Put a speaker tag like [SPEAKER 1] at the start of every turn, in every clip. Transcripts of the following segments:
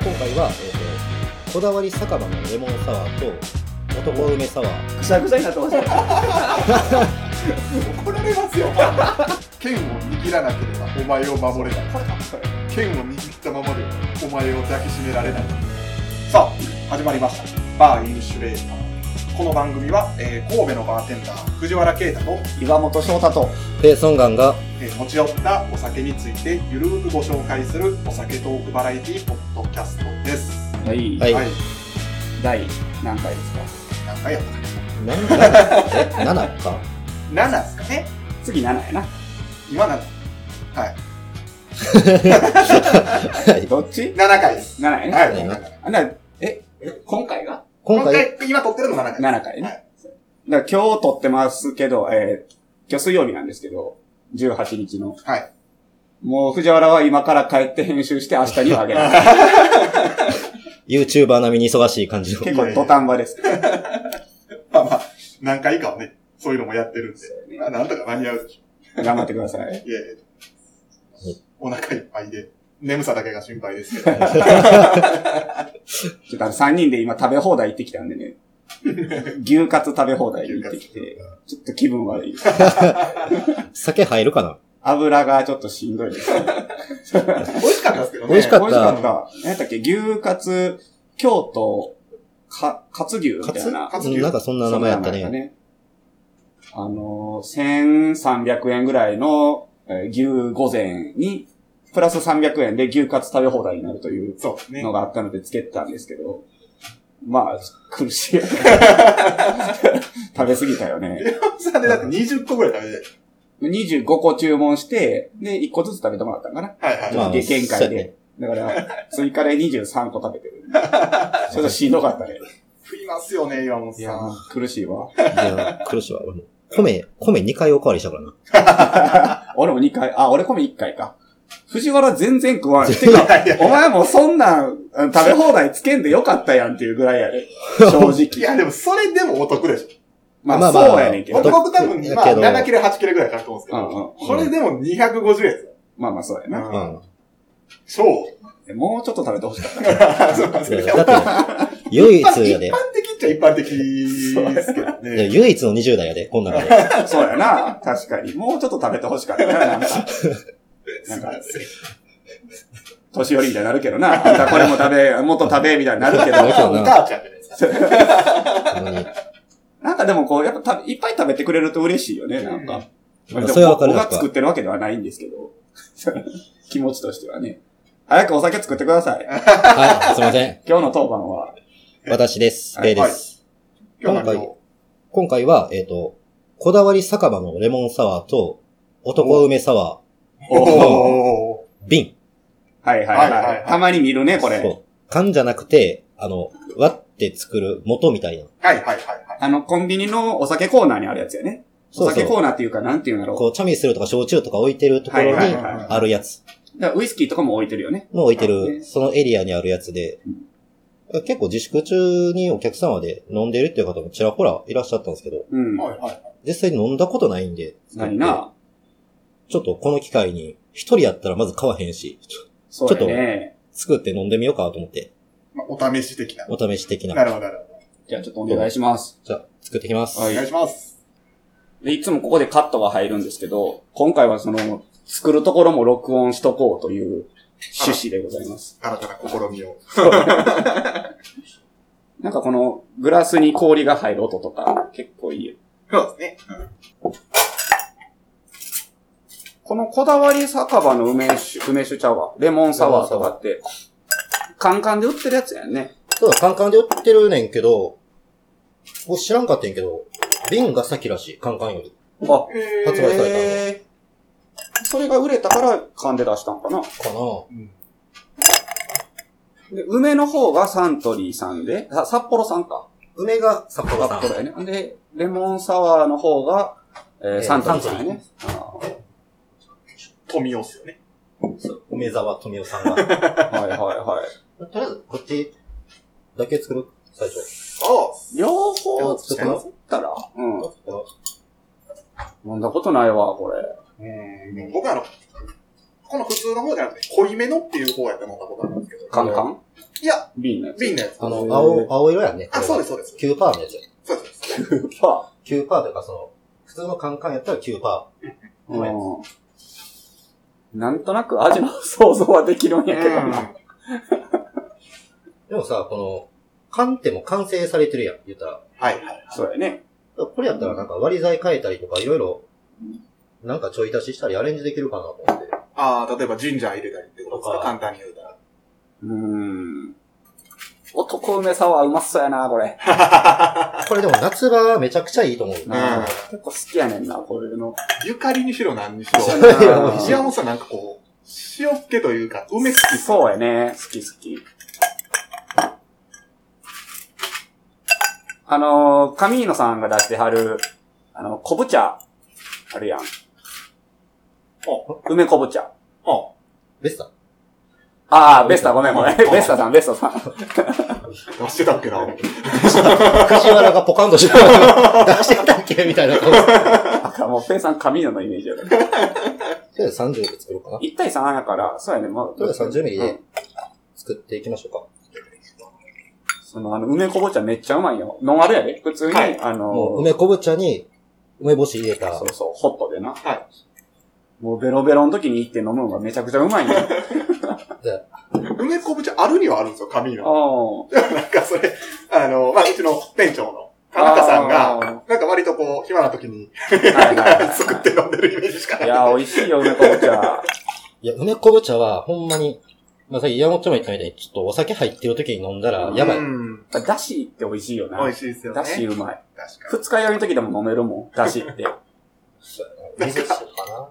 [SPEAKER 1] 今回は、えーとこだわり酒場のレモンサワーと男梅サワー
[SPEAKER 2] くしゃくしゃになってました
[SPEAKER 3] 怒られますよ剣を握らなければお前を守れない剣を握ったままではお前を抱きしめられない
[SPEAKER 4] さあ始まりましたバーインシュレーターこの番組は、えー神戸のバーテンダー藤原啓太と、
[SPEAKER 2] 岩本翔太と
[SPEAKER 1] ペーソンガンが
[SPEAKER 4] えー持ち寄ったお酒についてゆるーくご紹介するお酒トークバラエティポッドキャストです
[SPEAKER 2] はい、
[SPEAKER 1] はい
[SPEAKER 4] はい
[SPEAKER 2] 第何回ですか
[SPEAKER 4] 何回やったか
[SPEAKER 1] 何かえ7か
[SPEAKER 4] な7ですかね
[SPEAKER 2] 次7やな
[SPEAKER 4] 今なはい
[SPEAKER 2] どっち
[SPEAKER 4] 7回です
[SPEAKER 2] 7やな、
[SPEAKER 4] は
[SPEAKER 1] そ
[SPEAKER 4] い
[SPEAKER 1] うね
[SPEAKER 2] あなえ今回が
[SPEAKER 1] 今
[SPEAKER 4] 今
[SPEAKER 1] 回
[SPEAKER 4] 回今撮ってるのが7回
[SPEAKER 2] 7回ね、
[SPEAKER 4] はい
[SPEAKER 2] だから今日撮ってますけど、えー、今日水曜日なんですけど18日の
[SPEAKER 4] はい
[SPEAKER 2] もう藤原は今から帰って編集して明日に はあげない
[SPEAKER 1] YouTuber 並みに忙しい感じの
[SPEAKER 2] 結構土壇場ですけど
[SPEAKER 4] まあまあ何回かはねそういうのもやってるんで、まあなんとか間に合うでしょ
[SPEAKER 2] 頑張ってください。
[SPEAKER 4] いやいやお腹いっぱいで眠さだけが心配ですけど
[SPEAKER 2] ちょっとあの3人で今食べ放題行ってきたんでね。牛カツ食べ放題行ってきて、ちょっと気分悪いです。
[SPEAKER 1] 酒入るかな
[SPEAKER 2] 油がちょっとしんどいです。
[SPEAKER 4] 美味しかったですけどね
[SPEAKER 1] 美味しかった
[SPEAKER 2] 美味しかった。何やったっけ牛カツ、京都、か、カツ牛みたいな。
[SPEAKER 4] カツ
[SPEAKER 1] うんなんかそんな名前やったね。
[SPEAKER 2] あのー、1300円ぐらいのえー牛御膳に、プラス300円で牛カツ食べ放題になるという
[SPEAKER 4] そうね
[SPEAKER 2] のがあったのでつけてたんですけど、まあ、苦しい。食べ過ぎたよね。
[SPEAKER 4] さんでだって20個ぐらい食べて
[SPEAKER 2] 25個注文して、で、1個ずつ食べてもらったんかな。
[SPEAKER 4] はいはい。
[SPEAKER 2] ちょっと限
[SPEAKER 1] そ
[SPEAKER 2] 界
[SPEAKER 1] うやね
[SPEAKER 2] で。だから、追加で23個食べてる。ちょっとしんどかったね。
[SPEAKER 4] 食いますよね、岩本
[SPEAKER 2] い
[SPEAKER 4] さ
[SPEAKER 2] や
[SPEAKER 4] ん。、
[SPEAKER 2] 苦しいわ。
[SPEAKER 1] いや苦しいわ俺も米米2回おかわりしたからな
[SPEAKER 2] 俺も2回、あ、俺米1回か。藤原全然食わん。 てか、お前もそんなんあの食べ放題つけんでよかったやんっていうぐらいやで。正
[SPEAKER 4] い
[SPEAKER 2] 直。
[SPEAKER 4] や、でもそれでもお得でしょ。
[SPEAKER 2] ま
[SPEAKER 1] まあ
[SPEAKER 2] あ、
[SPEAKER 1] まあ
[SPEAKER 2] そうやねんけど
[SPEAKER 4] 僕。僕多分
[SPEAKER 1] だ
[SPEAKER 4] 今
[SPEAKER 1] けど
[SPEAKER 4] 7切れ、8切れぐらい買うと思うんですけ
[SPEAKER 2] うんうん
[SPEAKER 4] ど、これでも250円ですよ。
[SPEAKER 2] まあまあ、そうやな。
[SPEAKER 1] う
[SPEAKER 4] うん
[SPEAKER 1] ん
[SPEAKER 4] 超。
[SPEAKER 2] もうちょっと食べてほしかった。
[SPEAKER 4] あそうなんです
[SPEAKER 1] い
[SPEAKER 4] ね
[SPEAKER 1] やだって唯一やで
[SPEAKER 4] 一般的っちゃ一般的ですけど
[SPEAKER 1] いや
[SPEAKER 4] ね。
[SPEAKER 1] 唯一の20代やでこん中で
[SPEAKER 2] そうやな。確かに。もうちょっと食べてほしかったな。なんか、
[SPEAKER 4] すいません
[SPEAKER 2] 年寄りみたいになるけどな。あんたこれも食べ、もっと食べ、みたいになるけど。
[SPEAKER 1] なるけど
[SPEAKER 4] お
[SPEAKER 1] な
[SPEAKER 4] 母ちゃんじゃないですか。
[SPEAKER 1] ほん まに
[SPEAKER 2] なんかでもこう、やっぱ食べいっぱい食べてくれると嬉しいよね、なんか。
[SPEAKER 1] うんそれはわかる
[SPEAKER 2] 僕が作ってるわけではないんですけど。 気持ちとしてはね。早くお酒作ってください。
[SPEAKER 1] はいすいません
[SPEAKER 2] 今日の当番は、
[SPEAKER 1] 私です
[SPEAKER 2] はい
[SPEAKER 1] ペイです
[SPEAKER 4] 今日は何
[SPEAKER 1] 今
[SPEAKER 4] を
[SPEAKER 1] 今回は、えっ、と、こだわり酒場のレモンサワーと、男梅サワ
[SPEAKER 4] おー
[SPEAKER 1] ー、瓶。
[SPEAKER 2] はいはい
[SPEAKER 4] はいはい
[SPEAKER 2] は
[SPEAKER 4] はい
[SPEAKER 2] い。たまに見るね、
[SPEAKER 1] そ
[SPEAKER 2] これ。
[SPEAKER 1] う。缶じゃなくて、あの、割って作る元みたいな。
[SPEAKER 4] はいはいはいはい。
[SPEAKER 2] あの、コンビニのお酒コーナーにあるやつやね。
[SPEAKER 1] そ
[SPEAKER 2] お
[SPEAKER 1] うそう
[SPEAKER 2] 酒コーナーっていうか、なんていうんだろ
[SPEAKER 1] こう、チャミスルとか焼酎とか置いてるところ
[SPEAKER 2] は
[SPEAKER 1] に
[SPEAKER 2] いはいはい
[SPEAKER 1] あるやつ
[SPEAKER 2] う。だからウイスキーとかも置いてるよね。
[SPEAKER 1] の置いて
[SPEAKER 2] はいは
[SPEAKER 1] る、
[SPEAKER 2] い
[SPEAKER 1] そのエリアにあるやつで、結構自粛中にお客様で飲んでるっていう方もちらほらいらっしゃったんですけど、
[SPEAKER 2] うん。
[SPEAKER 4] はいはい。
[SPEAKER 1] 実際に飲んだことないんで、
[SPEAKER 2] ないな。
[SPEAKER 1] ちょっとこの機会に、一人やったらまず買わへんし、
[SPEAKER 2] そうやね。
[SPEAKER 1] 作って飲んでみようかと思って、
[SPEAKER 4] まあお試し的な。
[SPEAKER 1] お試し的
[SPEAKER 4] な
[SPEAKER 1] な。
[SPEAKER 4] るほどなるほど。
[SPEAKER 2] じゃあちょっとお願いします。
[SPEAKER 1] じゃあ、作ってきます。
[SPEAKER 2] は
[SPEAKER 4] お願いします。
[SPEAKER 2] で、いつもここでカットが入るんですけど、今回はその、作るところも録音しとこうという趣旨でございます。
[SPEAKER 4] 新たな試みを。
[SPEAKER 2] なんかこの、グラスに氷が入る音とか、結構いいよ。
[SPEAKER 4] そうですね。
[SPEAKER 2] このこだわり酒場の梅酒、梅酒茶わ、レモンサワーとかって、カンカンで売ってるやつやんね。
[SPEAKER 1] そうだ、カンカンで売ってるねんけど、僕知らんかったんやけど、瓶が先らしい、カンカンより。
[SPEAKER 2] あ、
[SPEAKER 1] 発売され
[SPEAKER 2] へーそれが売れたから缶で出したんかな。
[SPEAKER 1] たのか
[SPEAKER 2] で、梅の方がサントリーさんで、あ札幌さん
[SPEAKER 1] な
[SPEAKER 2] か。
[SPEAKER 1] 梅が札幌
[SPEAKER 2] 札幌やね。で、レモンサワーの方が、えー
[SPEAKER 1] えー
[SPEAKER 2] サントリーさんやね。
[SPEAKER 4] 富雄っすよね。
[SPEAKER 1] 梅沢富美 男さんが。
[SPEAKER 2] あーはいはいはい。
[SPEAKER 1] とりあえず、こっちだけ作る最初。
[SPEAKER 4] あ
[SPEAKER 2] 両方
[SPEAKER 1] ちょっ
[SPEAKER 2] 作
[SPEAKER 1] と待
[SPEAKER 2] ったら、うん。飲んだことないわ、これ。
[SPEAKER 4] うーん、でも僕はあの、この普通の方じゃなくて、濃いめのっていう方やって飲んだことあるんですけど、
[SPEAKER 2] カンカン
[SPEAKER 4] いや、
[SPEAKER 2] 瓶のやつ。
[SPEAKER 4] 瓶のやつ。
[SPEAKER 1] あの
[SPEAKER 2] へ、ー
[SPEAKER 1] 青、青色やね。
[SPEAKER 4] あ、そうです、そうです。
[SPEAKER 1] 9%のやつや。
[SPEAKER 4] そうです。
[SPEAKER 2] パ
[SPEAKER 1] 9%というか、その、普通のカンカンやったら9%。
[SPEAKER 2] ーうんなんとなく味の想像はできるんやけどな。
[SPEAKER 1] でもさ、この、缶ってもう完成されてるやん、言ったら。
[SPEAKER 4] はい、はい。
[SPEAKER 2] そうやね。
[SPEAKER 1] これやったらなんか割り剤変えたりとかいろいろ、なんかちょい足ししたりアレンジできるかなと思って。
[SPEAKER 4] ああ、例えばジンジャー入れたりってことです
[SPEAKER 1] と
[SPEAKER 4] か
[SPEAKER 1] か
[SPEAKER 4] 簡単に言うたら。
[SPEAKER 2] うーん。男梅サワーうまそうやな、これ。
[SPEAKER 1] これでも夏場めちゃくちゃいいと思う。
[SPEAKER 2] うん
[SPEAKER 4] ん
[SPEAKER 2] 結構好きやねんな、こういうの。
[SPEAKER 4] ゆかりにしろ何にしろ。
[SPEAKER 1] いやもう
[SPEAKER 4] 石山本さんなんかこう、塩っ気というか、梅好きう。
[SPEAKER 2] そうやね。好き好き。あのー、カミーノさんが出してはる、あの、昆布茶、あるやん。梅昆布茶。
[SPEAKER 1] ベスタ
[SPEAKER 2] ああ、ベスタ、ごめんごめん。ベスタさん、ベスタさん。
[SPEAKER 4] 出してたっけな。
[SPEAKER 1] 柏原がポカンとしながら出してたっけみたいな顔 して。
[SPEAKER 2] あかんもう、ペイさん、カミーノのイメージやから。
[SPEAKER 1] とりあえず30で作ろうかな。
[SPEAKER 2] 1対3やから、そうやね、まあ。
[SPEAKER 1] とりあえず30ミリ
[SPEAKER 2] う
[SPEAKER 1] で
[SPEAKER 2] ん
[SPEAKER 1] 作っていきましょうか。
[SPEAKER 2] その、あの、梅昆布茶めっちゃうまいよ。ノンアルやで。普通に、
[SPEAKER 4] はい
[SPEAKER 2] あのー、
[SPEAKER 1] もう梅昆布茶に梅干し入れた。
[SPEAKER 2] そうそう、ホットでな。
[SPEAKER 4] は
[SPEAKER 2] もうベロベロの時に行って飲むのがめちゃくちゃう まいね。あ
[SPEAKER 4] 梅昆布茶あるにはあるんですよ、紙の。
[SPEAKER 2] あ。
[SPEAKER 4] なんかそれ、あの、まあ、うちの店長の田中さんが、
[SPEAKER 2] が。
[SPEAKER 4] なんか割とこう、暇な時に
[SPEAKER 2] はいは。
[SPEAKER 4] 作って飲んでるイメージしかない
[SPEAKER 2] い
[SPEAKER 4] い。
[SPEAKER 2] や、美味しいよ、梅昆布茶。
[SPEAKER 1] いや、梅昆布茶はほんまに、まあ、さっき山本も言ったみたいに、ちょっとお酒入ってる時に飲んだらやばい。
[SPEAKER 4] うん。
[SPEAKER 2] だしって美味しいよな。
[SPEAKER 4] 美味しいですよね。
[SPEAKER 2] だしうまい。
[SPEAKER 4] 確か
[SPEAKER 2] 二日酔いの時でも飲めるもん、だしって。
[SPEAKER 1] 水しようかな。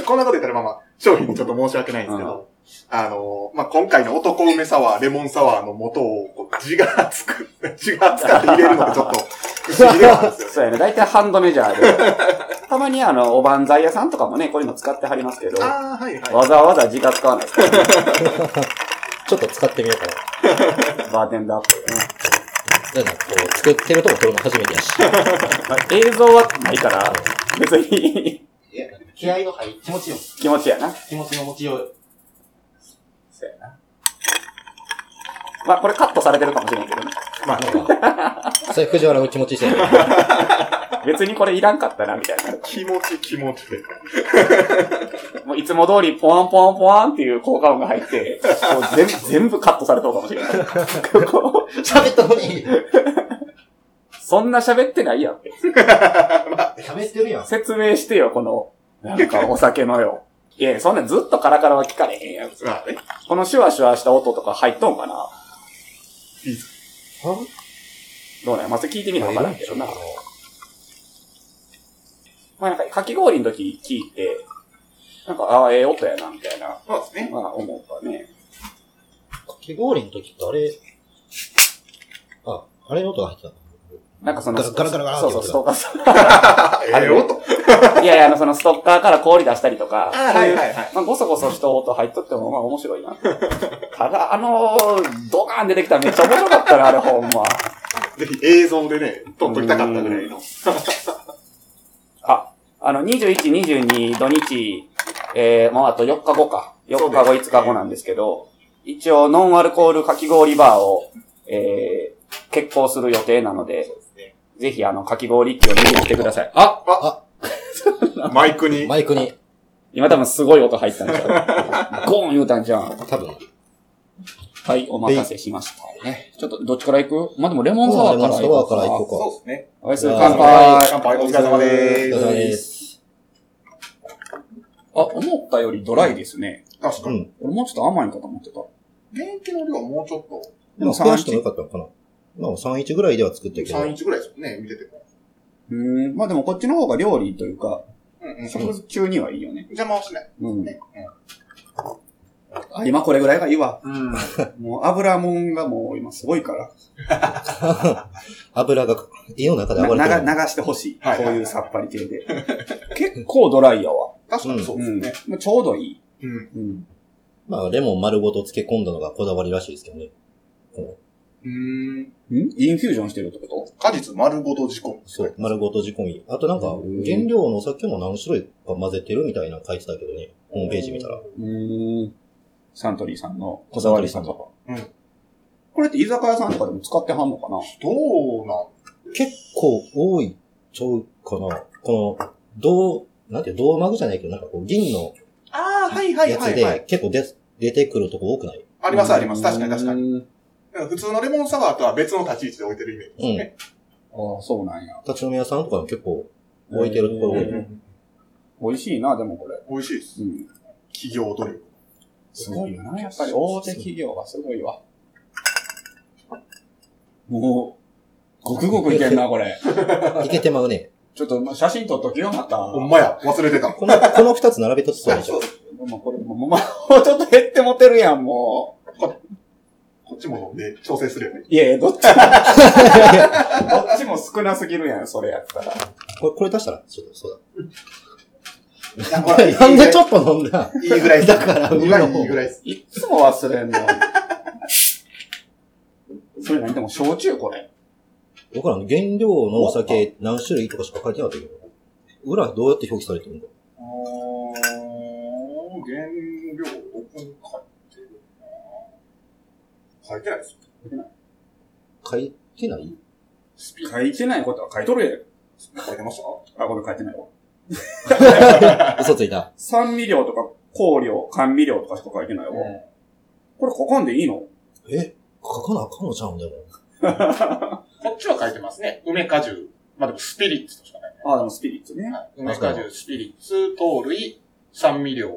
[SPEAKER 4] に。こんなこと言ったら、まあまあ、商品にちょっと申し訳ないんですけど、あの、まあ、今回の男梅サワー、レモンサワーの素を、こう、字がつく、字が使って入れるのでちょっと、不思議ではあるんです
[SPEAKER 2] そう
[SPEAKER 4] よ
[SPEAKER 2] やね。
[SPEAKER 4] ね。
[SPEAKER 2] だいたいハンドメジャーで。たまにあの、おばんざい屋さんとかもね、こういうの使ってはりますけど、わ
[SPEAKER 4] ああ、はいはい。
[SPEAKER 2] ざわざ時間使わないですからね。
[SPEAKER 1] ちょっと使ってみようかな。
[SPEAKER 2] バーテンダーっぽいよね。
[SPEAKER 1] じゃあなんかこう、作ってるとこ撮るの初めてやし。
[SPEAKER 2] まあ映像はないから、別に
[SPEAKER 1] 気合の入り、気持ちよ。
[SPEAKER 2] 気持ちやな。
[SPEAKER 1] 気持ちの持ちよ。
[SPEAKER 2] そうやな。まあ、これカットされてるかもしれんけどね。
[SPEAKER 4] まあ、
[SPEAKER 1] それ藤原の気持ち してる。
[SPEAKER 2] 別にこれいらんかったな、みたいな。
[SPEAKER 4] 気持ち気持ちで。
[SPEAKER 2] もういつも通り、ポワンポワンポワンっていう効果音が入って、もう全部、全部カットされたかもしれない。こう
[SPEAKER 1] 喋ったのに。
[SPEAKER 2] そんな喋ってないやんって。
[SPEAKER 1] 喋ってるやん。
[SPEAKER 2] 説明してよ、この、なんかお酒のよ。いや、そんなずっとカラカラは聞かれへんやん。
[SPEAKER 4] まあね。
[SPEAKER 2] このシュワシュワした音とか入っとんかなどうなんやまず聞いてみなわからんけどな。まあなんか、かき氷の時聞いて、なんか、ああ、ええ音やな、みたいな、
[SPEAKER 4] そうですね。
[SPEAKER 2] まあ思ったね。
[SPEAKER 1] かき氷の時ってあれ、あ、あれの音が入ってたの
[SPEAKER 2] なんかその、
[SPEAKER 1] ガラガラガラガラって
[SPEAKER 2] そう
[SPEAKER 1] 音
[SPEAKER 2] そう、
[SPEAKER 1] が
[SPEAKER 2] ストーカーさ
[SPEAKER 4] ええ音。
[SPEAKER 2] ん。いやいや、あの、そのストッカーから氷出したりとか、
[SPEAKER 4] あーはいはいはい。
[SPEAKER 2] まあ、ごそごそした音入っとっても、まあ面白いな。ただ、あのー、ドカーン出てきたらめっちゃ面白かったな、あれほんま。
[SPEAKER 4] ぜひ映像でね、撮っときたかったぐらいの。
[SPEAKER 2] あ、あの、21、22、土日、えー、もうあと4日後か。4日後、
[SPEAKER 4] そうで
[SPEAKER 2] 5
[SPEAKER 4] す
[SPEAKER 2] 日後なんですけど、一応、ノンアルコールかき氷バーを、えー、決行する予定なので、ぜひ、あの、かき氷機を見に来てください。あ
[SPEAKER 4] マイクに。
[SPEAKER 1] マイクに、
[SPEAKER 2] 今多分すごい音入ったんじゃん。ゴーン言うたんじゃん。
[SPEAKER 1] 多分。
[SPEAKER 2] はい、お待たせしました。ね、ちょっと、どっちから行くまあ、でもレモンサ
[SPEAKER 1] そう
[SPEAKER 2] ワ
[SPEAKER 1] レ
[SPEAKER 2] ー
[SPEAKER 1] モ
[SPEAKER 2] か
[SPEAKER 1] ン
[SPEAKER 2] ら
[SPEAKER 1] サ
[SPEAKER 2] 行
[SPEAKER 1] ワー
[SPEAKER 2] こ
[SPEAKER 1] から行
[SPEAKER 2] うか。
[SPEAKER 1] こ
[SPEAKER 4] そうですね。
[SPEAKER 2] おやすみ、
[SPEAKER 1] じゃあ
[SPEAKER 2] 乾杯。
[SPEAKER 4] 乾杯お疲れ様で
[SPEAKER 1] う
[SPEAKER 4] す
[SPEAKER 1] か。お疲れ様です。
[SPEAKER 2] あ、思ったよりドライですね。
[SPEAKER 4] 確
[SPEAKER 1] う
[SPEAKER 4] かに。
[SPEAKER 1] ん。
[SPEAKER 2] 俺もうちょっと甘いんかと思ってた。
[SPEAKER 4] 電気の量はもうちょっと、
[SPEAKER 1] でも3、1ともよかったのかな。まあ31ぐらいでは作ったけど。
[SPEAKER 4] 31ぐらいですよね、見てても。
[SPEAKER 2] うん。まあでもこっちの方が料理というか、
[SPEAKER 4] うんうん。
[SPEAKER 2] 食事中にはいいよね。
[SPEAKER 4] 邪魔はしない。
[SPEAKER 2] うん
[SPEAKER 4] ね
[SPEAKER 2] あ、今これぐらいがいいわ。
[SPEAKER 4] うん。
[SPEAKER 2] もう油もんがもう今すごいから。
[SPEAKER 1] 油が、家の中で
[SPEAKER 2] な
[SPEAKER 1] 暴れて
[SPEAKER 2] な
[SPEAKER 1] る。
[SPEAKER 2] 流してほしい。
[SPEAKER 4] はい
[SPEAKER 2] こういうさっぱり系で。結構ドライやわ。
[SPEAKER 4] 確かにそう
[SPEAKER 2] う
[SPEAKER 4] です
[SPEAKER 2] ん。
[SPEAKER 4] ね。
[SPEAKER 2] まあちょうどいい。
[SPEAKER 4] うん。
[SPEAKER 2] うん。
[SPEAKER 1] まあレモン丸ごと漬け込んだのがこだわりらしいですけどね。
[SPEAKER 4] うん。
[SPEAKER 2] んインフュージョンしてるってこと
[SPEAKER 4] 果実丸ごと仕込む。
[SPEAKER 1] そう、丸ごと仕込み。あとなんか
[SPEAKER 2] うん、
[SPEAKER 1] 原料のお酒も何種類か混ぜてるみたいなの書いてたけどね、ホームページ見たら。
[SPEAKER 2] うん。サントリーさんのこだわりさんとこれって居酒屋さんとかでも使ってはんのかな
[SPEAKER 4] どうなん
[SPEAKER 1] 結構多いちゃうかな。この、銅、なんて、銅マグじゃないけど、なんかこう、銀の
[SPEAKER 4] ああ、はいは
[SPEAKER 1] やつで、結構出、出てくるとこ多くない
[SPEAKER 4] ありますあります。確かに確かに。
[SPEAKER 2] に。
[SPEAKER 4] 普通のレモンサワーとは別の立ち位置で置いてるイメージですね。
[SPEAKER 2] ああ、そうなんや。
[SPEAKER 1] 立ち飲み屋さんとかでも結構置いてるところ多
[SPEAKER 2] う
[SPEAKER 1] い。
[SPEAKER 2] ん美味しいな、でもこれ。
[SPEAKER 4] 美味しいです。
[SPEAKER 2] うん。
[SPEAKER 4] 企業努力。
[SPEAKER 2] すごいよな、やっぱり大手企業はすごいわ。もう、ごくごくいけんな、これ。
[SPEAKER 1] いけてまうね。
[SPEAKER 2] ちょっとまあ写真撮っときよ、また。
[SPEAKER 4] ほんまや、忘れてた。
[SPEAKER 1] この、 この二つ並べとつ そうでしょ。
[SPEAKER 2] まあこれも、もうまあもうちょっと減ってモテるやん、も
[SPEAKER 4] こっちも飲んで調整するよね
[SPEAKER 2] う。。いやいや、どっちも、どっちも少なすぎるやん、それやったら。
[SPEAKER 1] これ、これ出したらちょっと、そう
[SPEAKER 4] なん
[SPEAKER 1] だ。なんでちょっと飲んだ
[SPEAKER 4] いいぐらいです。
[SPEAKER 1] だから
[SPEAKER 4] いいぐらいいいぐらいです。
[SPEAKER 2] いっつも忘れんの。それ何でも焼酎これ。
[SPEAKER 1] 僕らの原料のお酒何種類とかしか書いてなかったけど、裏どうやって表記されてるんだ
[SPEAKER 4] あー原料、どこに書いてるな書いてないですよ。
[SPEAKER 1] 書いてない
[SPEAKER 2] 書いてないことは書いとる
[SPEAKER 4] 書いてました
[SPEAKER 2] やん。あ、これ書いてないわ。
[SPEAKER 1] 嘘ついた。
[SPEAKER 2] 酸味料とか香料、甘味料とかしか書いてないわ。これ書かんでいいの
[SPEAKER 1] え、書かなあかんのちゃうんだよ
[SPEAKER 4] こっちは書いてますね。梅果汁。まあでもスピリッツとしかない。
[SPEAKER 2] あ、でもスピリッツね。
[SPEAKER 4] 梅果汁、スピリッツ、糖類、酸味料、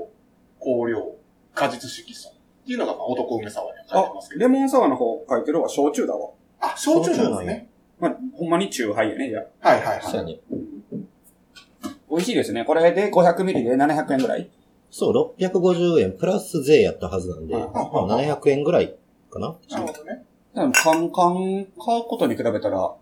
[SPEAKER 4] 香料、果実色素。っていうのが、まあ、男梅サワーには書い
[SPEAKER 2] あ
[SPEAKER 4] てます、けど。
[SPEAKER 2] レモンサワーの方書いてるわ。焼酎だわ。
[SPEAKER 4] あ、焼酎なんですね。
[SPEAKER 2] まあ、ほんまに酎ハイやね、じゃあ
[SPEAKER 4] はいはい
[SPEAKER 1] そうや
[SPEAKER 4] はい。
[SPEAKER 1] ね。
[SPEAKER 2] 美味しいですね。これで500ミリで700円ぐらい
[SPEAKER 1] そう、650円プラス税やったはずなんで、
[SPEAKER 2] う
[SPEAKER 1] ま
[SPEAKER 2] ん
[SPEAKER 1] あ700円ぐらいかな
[SPEAKER 4] なるほどね。
[SPEAKER 2] でも、カンカン買うことに比べたら、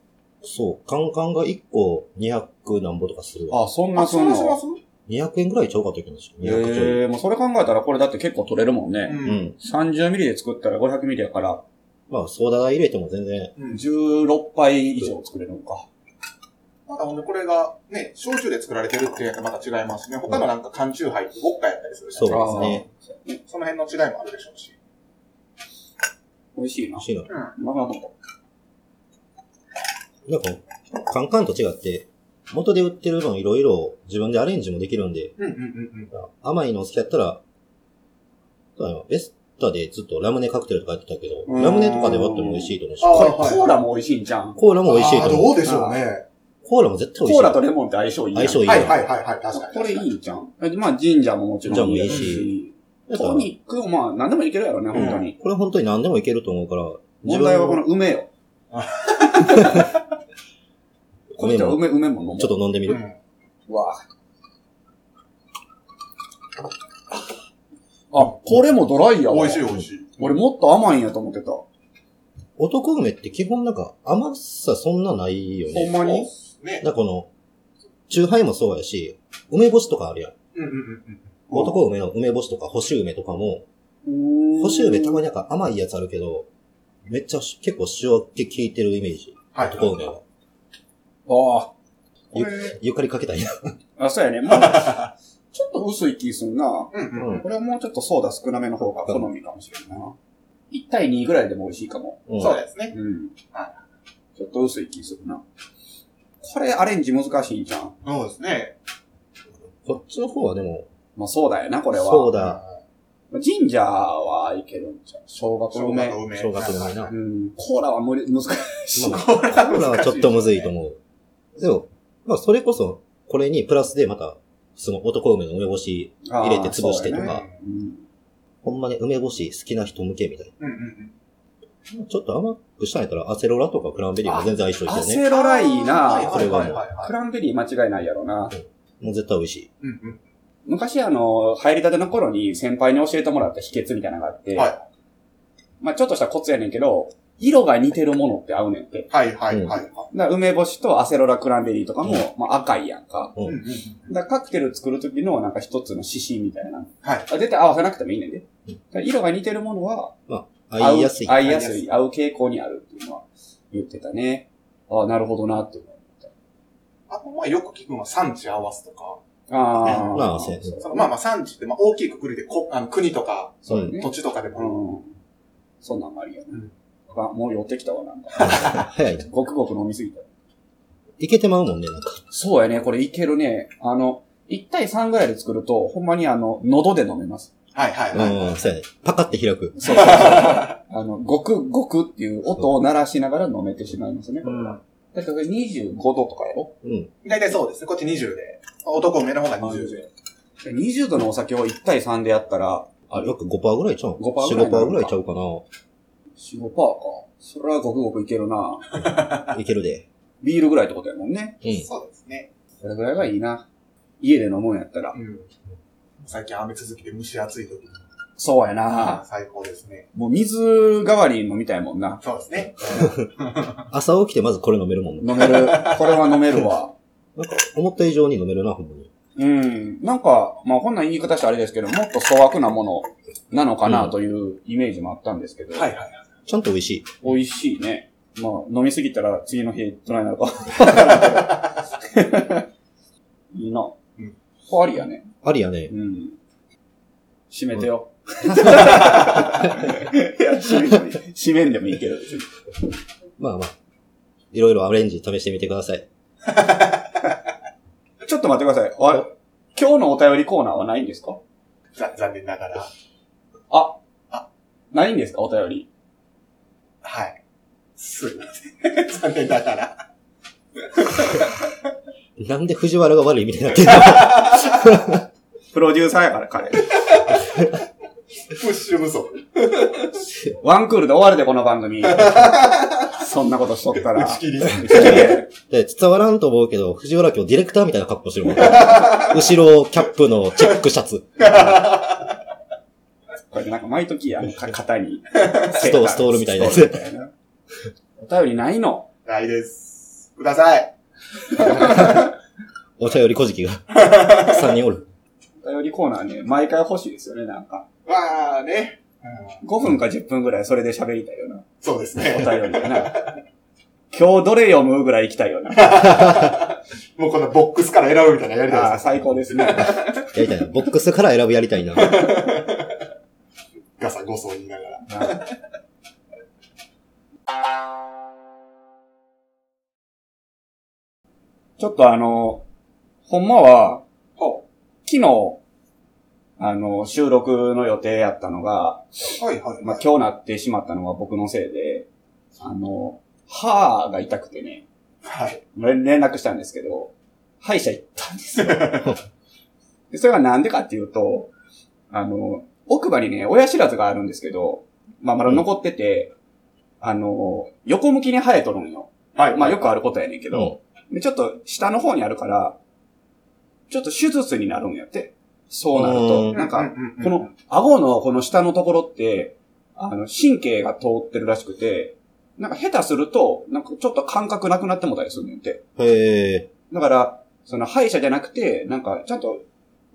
[SPEAKER 1] そう、カンカンが1個200何ぼとかするわ。
[SPEAKER 2] あ、そんな
[SPEAKER 4] あ、
[SPEAKER 2] そ
[SPEAKER 4] そ
[SPEAKER 2] ん
[SPEAKER 4] う
[SPEAKER 2] な
[SPEAKER 4] し。ます
[SPEAKER 1] 200円ぐらいちゃうかった気がする。
[SPEAKER 2] え
[SPEAKER 1] 200ちょい。
[SPEAKER 2] えー、もうそれ考えたらこれだって結構取れるもんね。
[SPEAKER 1] う。ん。
[SPEAKER 2] 30ミリで作ったら500ミリやから、
[SPEAKER 1] まあ、ソーダ代入れても全然、
[SPEAKER 4] うん
[SPEAKER 2] 16杯以上作れるのか。
[SPEAKER 4] またほんで、これが、ね、焼酎で作られてるっていうのがまた違いますね。他のなんか缶酎ハイってボッカやったりするじゃない
[SPEAKER 1] そうですね
[SPEAKER 4] ですか。その辺の違いもあるでしょうし。
[SPEAKER 2] 美味しいな
[SPEAKER 1] 欲。しいな。
[SPEAKER 2] うまくなかった
[SPEAKER 1] なんか、カンカンと違って、元で売ってるのいろいろ自分でアレンジもできるんで、
[SPEAKER 4] うんうんうん
[SPEAKER 1] 甘いの好きやったら、あのベスタでずっとラムネカクテルとかやってたけど、
[SPEAKER 2] うん
[SPEAKER 1] ラムネとかで割っても美味しいと思うし、
[SPEAKER 4] あ
[SPEAKER 2] これ、
[SPEAKER 4] はい
[SPEAKER 2] コーラも美味しいんじゃん。
[SPEAKER 1] コーラも美味しいと
[SPEAKER 4] あ
[SPEAKER 1] 思う。
[SPEAKER 4] どうでしょうね。
[SPEAKER 1] コーラも絶対美味しい。
[SPEAKER 2] コーラとレモンって相性いいやん。
[SPEAKER 1] 相性いい
[SPEAKER 4] は
[SPEAKER 1] や
[SPEAKER 4] い
[SPEAKER 1] ん
[SPEAKER 4] はいはいはい。確かに。
[SPEAKER 2] これいいじゃん。えまあ、神社ももちろんいいや
[SPEAKER 1] 神社もいい
[SPEAKER 2] し。
[SPEAKER 1] だから
[SPEAKER 2] トニックもまあ、何でもいけるやろね、本当に。
[SPEAKER 1] これ本当に何でもいけると思うから、
[SPEAKER 2] 問題はこ
[SPEAKER 1] の
[SPEAKER 2] の梅よ。こ
[SPEAKER 1] 梅
[SPEAKER 2] っちは
[SPEAKER 1] も
[SPEAKER 2] 梅、梅も飲む。
[SPEAKER 1] ちょっと飲んでみ
[SPEAKER 4] う
[SPEAKER 1] る。
[SPEAKER 4] ん。
[SPEAKER 2] うわあ。これもドライや
[SPEAKER 4] 美味しい
[SPEAKER 2] い。
[SPEAKER 4] 美味しい。
[SPEAKER 2] 俺もっと甘いんやと思ってた。ほ
[SPEAKER 1] 男梅って基本なんか甘さそんなないよ
[SPEAKER 2] ん
[SPEAKER 1] ね。
[SPEAKER 2] まに
[SPEAKER 4] ね。
[SPEAKER 1] なんかこの、チューハイもそうやし、梅干しとかあるやん。
[SPEAKER 4] うんうんうんうん。
[SPEAKER 1] 男梅の梅干しとか干し梅とかも、干し梅たまになんか甘いやつあるけど、めっちゃし結構塩気効いてるイメージ。
[SPEAKER 4] はい。
[SPEAKER 1] 男梅は。
[SPEAKER 2] あ
[SPEAKER 4] これ、
[SPEAKER 1] ゆかりかけたいな。
[SPEAKER 2] あ。あ、そう やね。もう、ちょっと薄い気すんな。
[SPEAKER 4] うんうん。
[SPEAKER 1] うん
[SPEAKER 2] これはもうちょっとソーダ少なめの方が好みかもしれんな。1対2ぐらいでも美味しいかも。
[SPEAKER 1] うん
[SPEAKER 4] そうですね。
[SPEAKER 2] うん。ちょっと薄い気するな。これアレンジ難しいじゃん。
[SPEAKER 4] そうですね。
[SPEAKER 1] こっちの方はでも、
[SPEAKER 2] まあ、ソーダやな、これは。
[SPEAKER 1] そうだ。
[SPEAKER 2] 神社はいけるんじゃん。生姜と梅。
[SPEAKER 4] 梅
[SPEAKER 1] 正月の前 な。
[SPEAKER 2] うん。コーラは無理、難しい。
[SPEAKER 1] まあ、コーラはちょっとむずいと思う。でも、まあ、それこそ、これにプラスでまた、その男梅の梅干し、入れて潰してと
[SPEAKER 2] あーそうやね
[SPEAKER 1] か、
[SPEAKER 2] うん
[SPEAKER 1] ほんまに梅干し好きな人向けみたい
[SPEAKER 4] うんうんうん。
[SPEAKER 1] な。ちょっと甘くしたんやったら、アセロラとかクランベリーも全然相性いい
[SPEAKER 2] ア
[SPEAKER 1] ですよね。
[SPEAKER 2] セロラいい
[SPEAKER 4] は
[SPEAKER 2] ない
[SPEAKER 1] こ
[SPEAKER 4] は
[SPEAKER 1] れ
[SPEAKER 4] い
[SPEAKER 1] は
[SPEAKER 4] はいはいは
[SPEAKER 2] クランベリー間違いないやろな。
[SPEAKER 1] もう絶対美味しい。
[SPEAKER 4] い。うんうん。
[SPEAKER 2] 昔あの、入りたての頃に先輩に教えてもらった秘訣みたいなのがあって、
[SPEAKER 4] はい
[SPEAKER 2] まあちょっとしたコツやねんけど、色が似てるものって合うねんって。
[SPEAKER 4] はいはいはいはい。
[SPEAKER 2] だから梅干しとアセロラクランベリーとかも、まあ赤いやんか。
[SPEAKER 1] うん
[SPEAKER 4] うんうんうん
[SPEAKER 2] だからカクテル作る時のなんか一つの指針みたいな。
[SPEAKER 4] はい
[SPEAKER 2] あ絶対合わせなくてもいいねんで。
[SPEAKER 1] うん
[SPEAKER 2] だから色が似てるものは
[SPEAKER 1] 合いやすい。
[SPEAKER 2] 合いやすい。合う傾向にあるっていうのは言ってたね。ああ、なるほどなって。
[SPEAKER 4] あと、まあよく聞くのは産地合わせとか。
[SPEAKER 2] ああ。
[SPEAKER 1] まあそうやね
[SPEAKER 4] そのまあまあ産地って、まあ大きいくくりでこあの国とか、
[SPEAKER 2] そうやね
[SPEAKER 4] 土地とかでも
[SPEAKER 2] うそんなんもありやな、
[SPEAKER 4] うん
[SPEAKER 2] あ、もう寄ってきたわ、なんか。
[SPEAKER 1] 早いな。
[SPEAKER 2] ごくごく飲みすぎた。
[SPEAKER 1] いけてまうもんね、なんか。
[SPEAKER 2] そうやね、これいけるね。あの、1対3ぐらいで作ると、ほんまにあの、喉で飲めます。
[SPEAKER 4] はいはいはい。
[SPEAKER 1] うん、そうやね。パカって開く。
[SPEAKER 2] そうそうそう。あの、ごくごくっていう音を鳴らしながら飲めてしまいますね。
[SPEAKER 4] うん
[SPEAKER 2] だからこれ25度とかやろ
[SPEAKER 1] うん。
[SPEAKER 4] 大体そうですね。こっち20で。男目の方が20で。
[SPEAKER 2] ?20 度のお酒を1対3でやったら、
[SPEAKER 1] あ、約5%ぐらいちゃうん
[SPEAKER 2] 5%ぐらい
[SPEAKER 1] ?4、5%ぐらいちゃうかな。
[SPEAKER 2] 4、5%か。それはごくごくいけるな。
[SPEAKER 1] いけるで。
[SPEAKER 2] ビールぐらいってことやもんね。
[SPEAKER 1] うん。
[SPEAKER 4] そうですね。
[SPEAKER 2] それぐらいがいいな。家で飲むんやったら。
[SPEAKER 4] うん。最近雨続きで蒸し暑い時に。
[SPEAKER 2] そうやな。
[SPEAKER 4] 最高ですね。
[SPEAKER 2] もう水代わりに飲みたいもんな。
[SPEAKER 4] そうですね。
[SPEAKER 1] 朝起きてまずこれ飲めるもんね。
[SPEAKER 2] 飲める。これは飲めるわ。
[SPEAKER 1] なんか、思った以上に飲めるな、ほんまに。
[SPEAKER 2] うん。なんか、まあこんな言い方したらあれですけど、もっと粗悪なものなのかなというイメージもあったんですけど。
[SPEAKER 4] はいはい。
[SPEAKER 1] ちゃんと美味しい。
[SPEAKER 2] 美味しいね。まあ、飲みすぎたら次の日どないなるか。 いいな。
[SPEAKER 4] うん
[SPEAKER 2] これありやね。
[SPEAKER 1] ありやね。
[SPEAKER 2] うん。締めて よ。いや、締めてもいい。締めんでもいいけど。
[SPEAKER 1] まあまあ。いろいろアレンジ試してみてください。
[SPEAKER 2] ちょっと待ってください。あれ今日のお便りコーナーはないんですか
[SPEAKER 4] ざ残念ながら。
[SPEAKER 2] ないんですかお便り。
[SPEAKER 4] はい。すいません。 残念ながら。
[SPEAKER 1] なんで藤原が悪いみたいになってる
[SPEAKER 2] プロデューサーやから、彼。
[SPEAKER 4] プッシュ不足。
[SPEAKER 2] ワンクールで終わるで、この番組。 そんなことし とったら。
[SPEAKER 4] 打ち切り。
[SPEAKER 1] で伝わらんと思うけど、藤原今日ディレクターみたいな格好してるもん。後ろ、キャップのチェックシャツ。
[SPEAKER 2] これなんか毎時、あの、か型に。
[SPEAKER 1] ストールストールみたいなやつ
[SPEAKER 2] ストールみたいなお便りないの
[SPEAKER 4] ないです。ください。
[SPEAKER 1] お茶より小じきが。3人おる。
[SPEAKER 2] お便りコーナーね、毎回欲しいですよね、なんか。
[SPEAKER 4] まあね。
[SPEAKER 2] 5分か10分ぐらいそれで喋りたいよな。
[SPEAKER 4] そうです
[SPEAKER 2] お
[SPEAKER 4] ね。
[SPEAKER 2] 便りでな。今日どれ読むぐらい行きたいよな。
[SPEAKER 4] もうこのボックスから選ぶみたいなのやりたい
[SPEAKER 2] ああ、
[SPEAKER 4] です。
[SPEAKER 2] 最高ですね。
[SPEAKER 1] やりたいな。ボックスから選ぶやりたいな。
[SPEAKER 4] ガサゴソ言いながら。
[SPEAKER 2] ちょっとあの、ほんまは、
[SPEAKER 4] ほ
[SPEAKER 2] 昨日、あの、収録の予定やったのが、
[SPEAKER 4] はいはい。
[SPEAKER 2] まあ、今日なってしまったのは僕のせいで、あの、歯が痛くてね、
[SPEAKER 4] はい。
[SPEAKER 2] 連連絡したんですけど、歯医者行ったんですよ。でそれがなんでかっていうと、あの、奥歯にね、親知らずがあるんですけど、まあ、まだ残ってて、あの、横向きに生えとるんよ。
[SPEAKER 4] はい。
[SPEAKER 2] まあ、よくあることやねんけ
[SPEAKER 1] け
[SPEAKER 2] ど、
[SPEAKER 1] ど、
[SPEAKER 2] でちょっと下の方にあるから、ちょっと手術になるんやって。そうなる
[SPEAKER 1] う
[SPEAKER 2] と。
[SPEAKER 1] ん
[SPEAKER 2] なんか、
[SPEAKER 4] うん、
[SPEAKER 2] この、顎のこの下のところって、あの、神経が通ってるらしくて、なんか下手すると、なんかちょっと感覚なくなってもたりするんやって。
[SPEAKER 1] へえ。
[SPEAKER 2] だから、その歯医者じゃなくて、なんかちゃんと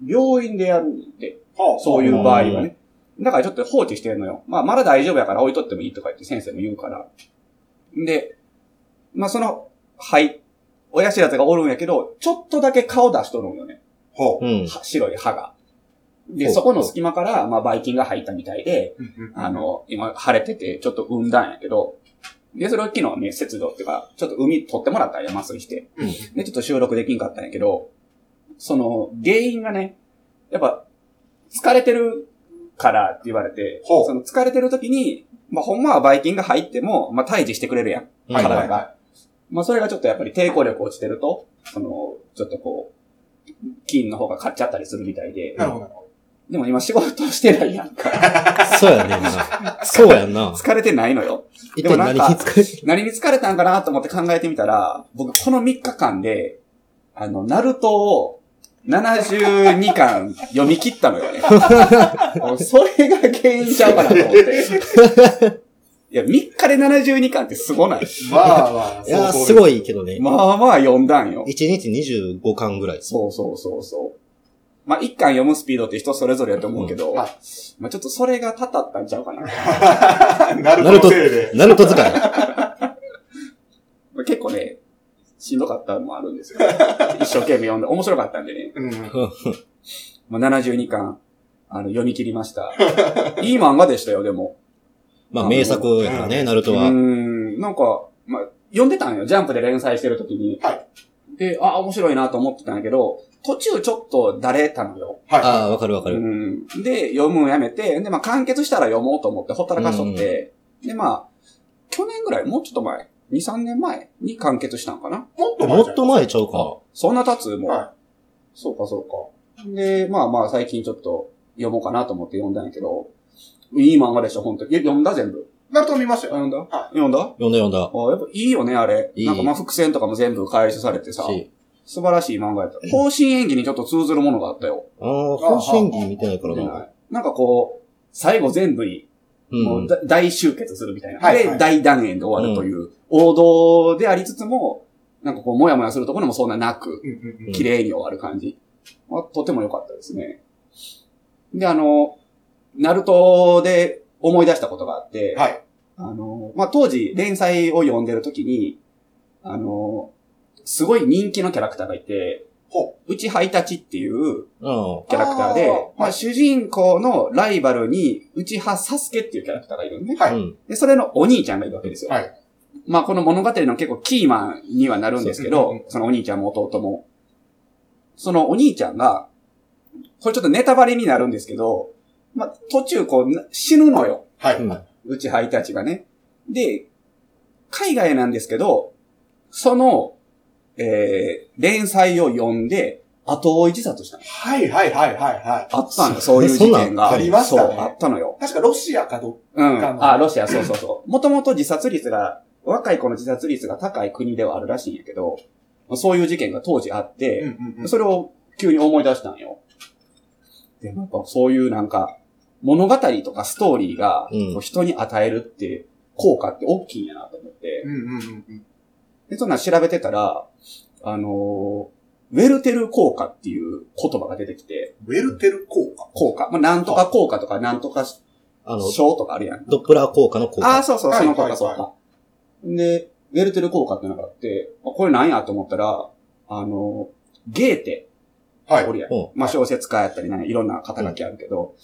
[SPEAKER 2] 病院でやるんやって。
[SPEAKER 4] ほう
[SPEAKER 2] そういう場合はね。だからちょっと放置してるのよ。まあ、まだ大丈夫やから置いとってもいいとか言って先生も言うから。で、まあ、その、はい、親知らずがおるんやけど、ちょっとだけ顔出しとるんよね。
[SPEAKER 4] ほう。
[SPEAKER 1] うん。
[SPEAKER 2] は白い歯が。で、
[SPEAKER 1] ほう
[SPEAKER 2] そこの隙間から、まあ、ばい菌が入ったみたいで、
[SPEAKER 4] うんうん
[SPEAKER 2] あ、の、今、腫れてて、ちょっと産んだんやけど、で、それを昨日ね、節度っていうか、ちょっと海取ってもらったんや、麻酔して。
[SPEAKER 4] うん
[SPEAKER 2] で、ちょっと収録できんかったんやけど、その、原因がね、やっぱ、疲れてるからって言われて、
[SPEAKER 4] ほう
[SPEAKER 2] その疲れてる時に、まあ、ほんまはばい菌が入っても、まあ、退治してくれるやん。
[SPEAKER 1] はい
[SPEAKER 2] 体
[SPEAKER 1] は
[SPEAKER 2] が。
[SPEAKER 1] い。
[SPEAKER 2] まあ、それがちょっとやっぱり抵抗力落ちてると、その、ちょっとこう、菌の方が勝っちゃったりするみたいで
[SPEAKER 4] な、るほど。
[SPEAKER 2] でも今仕事してないやんか。
[SPEAKER 1] そうやねんな。そうやんな。
[SPEAKER 2] 疲れてないのよ。
[SPEAKER 1] 一体何に使え
[SPEAKER 2] 何に疲れたんかなと思って考えてみたら、僕この3日間で、あの、ナルトを72巻読み切ったのよね。もうそれが原因ちゃうかなと思って。いや、3日で72巻ってすごない。
[SPEAKER 4] まあまあ、
[SPEAKER 1] いやー、
[SPEAKER 4] そう
[SPEAKER 1] すごいけどね。
[SPEAKER 2] まあまあ読んだんよ
[SPEAKER 1] 1。日25巻ぐらい。
[SPEAKER 2] そうそうそうそう。まあ、一巻読むスピードって人それぞれやと思うけど、
[SPEAKER 4] うんはい
[SPEAKER 2] まあ、ちょっとそれがたたったんちゃうかな。ま
[SPEAKER 4] なる
[SPEAKER 1] ナ
[SPEAKER 4] ほ
[SPEAKER 1] ル
[SPEAKER 4] ど。
[SPEAKER 1] ト
[SPEAKER 4] せいで、。
[SPEAKER 1] ナルト使い。
[SPEAKER 2] あ結構ね、しんどかったのもあるんですよ。一生懸命読んで、面白かったんでね。
[SPEAKER 4] うん。
[SPEAKER 2] まあ、72巻、あの、読み切りました。いい漫画でしたよ、でも。
[SPEAKER 1] まあ名作やからね、ナルト
[SPEAKER 2] う
[SPEAKER 1] は。
[SPEAKER 2] ん、なんか、まあ、読んでたんよ。ジャンプで連載してる時に。
[SPEAKER 4] はい
[SPEAKER 2] で、あ、面白いなと思ってたんやけど、途中ちょっとだれたのよ。
[SPEAKER 4] はい。
[SPEAKER 1] ああ、わかるわか
[SPEAKER 2] う
[SPEAKER 1] る。
[SPEAKER 2] ん。で、読むのやめて、で、まあ、完結したら読もうと思って、ほったらかしとって、で、まあ、去年ぐらい、もうちょっと前、2、3年前に完結したんかな。
[SPEAKER 4] もっと前
[SPEAKER 1] も
[SPEAKER 4] じゃ
[SPEAKER 1] っと前ちゃうか。
[SPEAKER 2] そんな経つもう、
[SPEAKER 4] は
[SPEAKER 2] そうか、そうか。で、まあまあ、最近ちょっと読もうかなと思って読んだんやけど、いい漫画でしょ、本当に。え読んだ全部。
[SPEAKER 4] ん。ナルト見ました
[SPEAKER 2] あ
[SPEAKER 4] よ。
[SPEAKER 2] 読んだ、読んだ
[SPEAKER 1] 読んだ読んだ。
[SPEAKER 2] あやっぱいいよね、あれ。
[SPEAKER 1] いい
[SPEAKER 2] なんかまあ伏線とかも全部回収されてさ、
[SPEAKER 1] し
[SPEAKER 2] 素晴らしい漫画やった。方針演技にちょっと通ずるものがあったよ。
[SPEAKER 1] ああ、本心儀見てないから
[SPEAKER 2] 見て
[SPEAKER 1] な。
[SPEAKER 2] ないなんかこう、最後全部いい。
[SPEAKER 1] う
[SPEAKER 2] も
[SPEAKER 1] ん
[SPEAKER 2] う。だ大集結するみたいな。
[SPEAKER 4] はいは
[SPEAKER 2] で、
[SPEAKER 4] い
[SPEAKER 2] 大断円で終わるという、王道でありつつも、なんかこう、もやもやするところもそんななく、
[SPEAKER 4] うんうんうん。
[SPEAKER 2] 綺麗に終わる感じ。まあ、とても良かったですね。で、あの、ナルトで思い出したことがあって、
[SPEAKER 4] はい。
[SPEAKER 2] あの、まあ、当時、連載を読んでる時に、あの、すごい人気のキャラクターがいて
[SPEAKER 4] ほ、
[SPEAKER 2] うちハイタチっていう
[SPEAKER 1] うん。
[SPEAKER 2] キャラクターで、
[SPEAKER 4] あー
[SPEAKER 2] まあ、主人公のライバルに、うちはサスケっていうキャラクターがいるんね。
[SPEAKER 4] は
[SPEAKER 1] う
[SPEAKER 4] い。
[SPEAKER 1] ん。
[SPEAKER 2] で、それのお兄ちゃんがいるわけですよ。
[SPEAKER 4] はい
[SPEAKER 2] まあ、この物語の結構キーマンにはなるんですけ
[SPEAKER 4] そううん
[SPEAKER 2] ど
[SPEAKER 4] う、
[SPEAKER 2] そのお兄ちゃんも弟も。そのお兄ちゃんが、これちょっとネタバレになるんですけど、まあ、途中こうな、死ぬのよ。
[SPEAKER 4] は
[SPEAKER 1] う
[SPEAKER 4] い。
[SPEAKER 1] ん
[SPEAKER 2] うちハイタチがね。で、海外なんですけど、その、えー、連載を読んで、後追い自殺したの。
[SPEAKER 4] はいはいはいはいはい。
[SPEAKER 2] あったんだ、そういう事件が。
[SPEAKER 4] そんなんありましたね
[SPEAKER 2] そう、あったのよ。
[SPEAKER 4] 確かロシアかど
[SPEAKER 2] う
[SPEAKER 4] か
[SPEAKER 2] ん。
[SPEAKER 4] の
[SPEAKER 2] あ、ロシア、そうそうそう。もともと自殺率が、若い子の自殺率が高い国ではあるらしいんやけど、そういう事件が当時あって、
[SPEAKER 4] うんうんうん。
[SPEAKER 2] それを急に思い出したんよ。で、なんかそういうなんか、物語とかストーリーが
[SPEAKER 1] うん、
[SPEAKER 2] 人に与えるって、効果って大きいんやなと思って。
[SPEAKER 4] うんうんうんうん。
[SPEAKER 2] で、そんなん調べてたら、あのーウェルテル効果っていう言葉が出てきて、
[SPEAKER 4] ウェルテル効果。
[SPEAKER 2] 効果。まあ、なんとか効果とか、なんとか
[SPEAKER 1] あの、
[SPEAKER 2] 賞とかあるやん。
[SPEAKER 1] ドップラー効果の効
[SPEAKER 2] ああー、
[SPEAKER 1] 果。
[SPEAKER 2] そうそう、
[SPEAKER 4] はい
[SPEAKER 2] その効
[SPEAKER 4] は
[SPEAKER 2] 果、
[SPEAKER 4] い
[SPEAKER 2] そうか。で、ウェルテル効果ってのがあって、あこれなんやと思ったら、あのーゲーテ。
[SPEAKER 4] はい。
[SPEAKER 2] おるやん
[SPEAKER 1] うん
[SPEAKER 2] まあ、小説家やったりね、いろんな肩書きあるけど、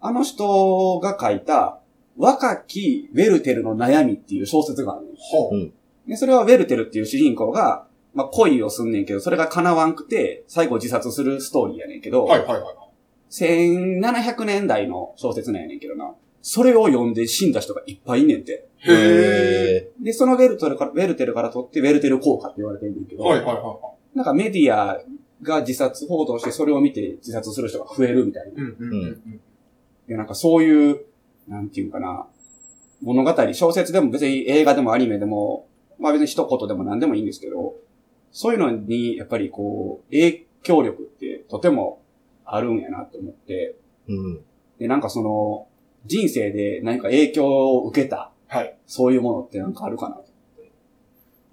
[SPEAKER 2] あの人が書いた、若きウェルテルの悩みっていう小説があるのよ
[SPEAKER 4] ほう。
[SPEAKER 2] で、それはウェルテルっていう主人公が、まあ、恋をすんねんけど、それが叶わんくて、最後自殺するストーリーやねんけど、
[SPEAKER 4] はいはいはい。
[SPEAKER 2] 1700年代の小説なんやねんけどな。それを読んで死んだ人がいっぱいいんねんて。
[SPEAKER 4] へえ。
[SPEAKER 1] へ
[SPEAKER 2] で、そのウェルテルから、ウェルテルから取って、ウェルテル効果って言われてんねんけど、
[SPEAKER 4] はいはいは
[SPEAKER 2] なんかメディアが自殺報道して、それを見て自殺する人が増えるみたいな。
[SPEAKER 4] い。うんうんうんうん。
[SPEAKER 2] いや、なんかそういう、なんていうかな、物語、小説でも別に映画でもアニメでも、まあ別に一言でも何でもいいんですけど、そういうのに、やっぱりこう、影響力ってとてもあるんやなと思って、
[SPEAKER 1] え。うん。
[SPEAKER 2] で、なんかその、人生で何か影響を受けた、
[SPEAKER 4] はい
[SPEAKER 2] そういうものってなんかあるかなと。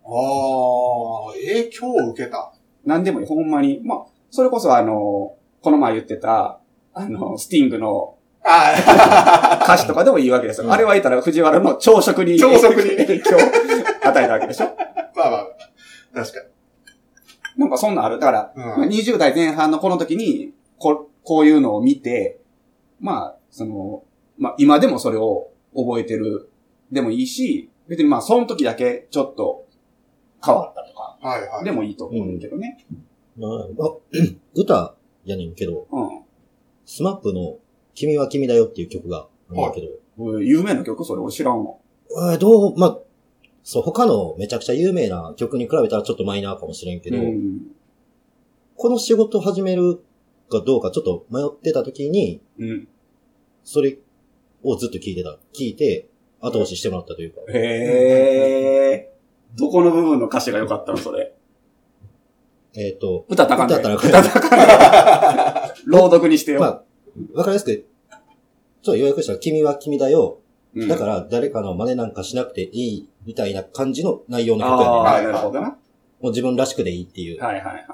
[SPEAKER 4] ああ、影響を受けた。
[SPEAKER 2] 何でもいい、ほんまに。まあ、それこそあの、この前言ってた、あの、スティングの
[SPEAKER 4] あ
[SPEAKER 2] 歌詞とかでもいいわけですよ。
[SPEAKER 1] うん
[SPEAKER 2] あれは言ったら藤原の朝食に
[SPEAKER 4] 朝食に
[SPEAKER 2] 影響を与えたわけでしょ
[SPEAKER 4] あ、 まあまあ、確か
[SPEAKER 2] なんかそんなんある。だから、
[SPEAKER 4] に。
[SPEAKER 2] まあ
[SPEAKER 4] うん。
[SPEAKER 2] 20代前半のこの時に、ここういうのを見て、まあ、その、まあ今でもそれを覚えてるでもいいし、別にまあその時だけちょっと変わったとか
[SPEAKER 4] はいはい。
[SPEAKER 2] でもいいと思うんだけどね。
[SPEAKER 1] まあ、あ歌やねんけど、
[SPEAKER 2] うん。
[SPEAKER 1] スマップの君は君だよっていう曲があるんだけど、
[SPEAKER 2] 俺有名な曲それ俺知らんわ。
[SPEAKER 1] えーどう、まあ、そう、他のめちゃくちゃ有名な曲に比べたらちょっとマイナーかもしれんけ
[SPEAKER 2] う
[SPEAKER 1] ど、
[SPEAKER 2] ん。
[SPEAKER 1] この仕事始めるかどうかちょっと迷ってた時に、
[SPEAKER 2] うん。
[SPEAKER 1] それをずっと聞いてた。聞いて、後押ししてもらったというか。
[SPEAKER 2] へえ。どこの部分の歌詞が良かったのそれ。
[SPEAKER 1] えっ、と、
[SPEAKER 2] 歌ったらあかんで
[SPEAKER 1] 歌ったらあかん
[SPEAKER 2] 歌ったらあかんで朗読にしてよ。
[SPEAKER 1] まあ、わかりやすく、ちょっと予約したら君は君だよ。
[SPEAKER 2] うん
[SPEAKER 1] だから誰かの真似なんかしなくていいみたいな感じの内容の曲やねん。も
[SPEAKER 2] ああ、なるほどな。は
[SPEAKER 1] う自分らしくでいいっていう
[SPEAKER 2] い。はいはい。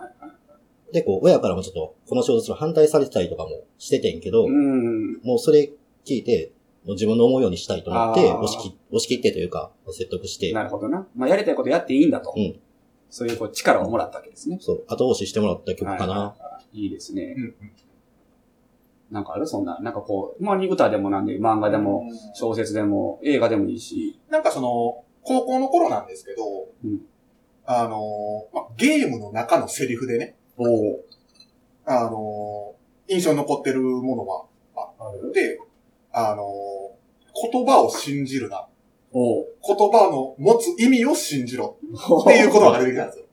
[SPEAKER 1] で、こう、親からもちょっと、この小説の反対されてたりとかもしててんけど、
[SPEAKER 2] うん。
[SPEAKER 1] もうそれ聞いて、もう自分の思うようにしたいと思って、
[SPEAKER 2] あー
[SPEAKER 1] 押し切、押し切ってというか、説得して、
[SPEAKER 2] なるほどな。まあ、やりたいことやっていいんだと。
[SPEAKER 1] うん
[SPEAKER 2] そういうこう力をもらったわけですね。
[SPEAKER 1] そう、後押ししてもらった曲かな。
[SPEAKER 2] いいですね。
[SPEAKER 4] うんうん
[SPEAKER 2] なんかあるそんな。なんかこう、まあ、歌でもなんで、漫画でも、
[SPEAKER 4] うん
[SPEAKER 2] 小説でも、映画でもいいし。
[SPEAKER 4] なんかその、高校の頃なんですけど、
[SPEAKER 2] うん
[SPEAKER 4] あのー、まあ、ゲームの中のセリフでね、
[SPEAKER 2] お
[SPEAKER 4] あのー、印象に残ってるものはあって、あのー、言葉を信じるな。
[SPEAKER 2] お
[SPEAKER 4] 言葉の持つ意味を信じろ
[SPEAKER 2] っ
[SPEAKER 4] っていう言葉が出てきたんですよ。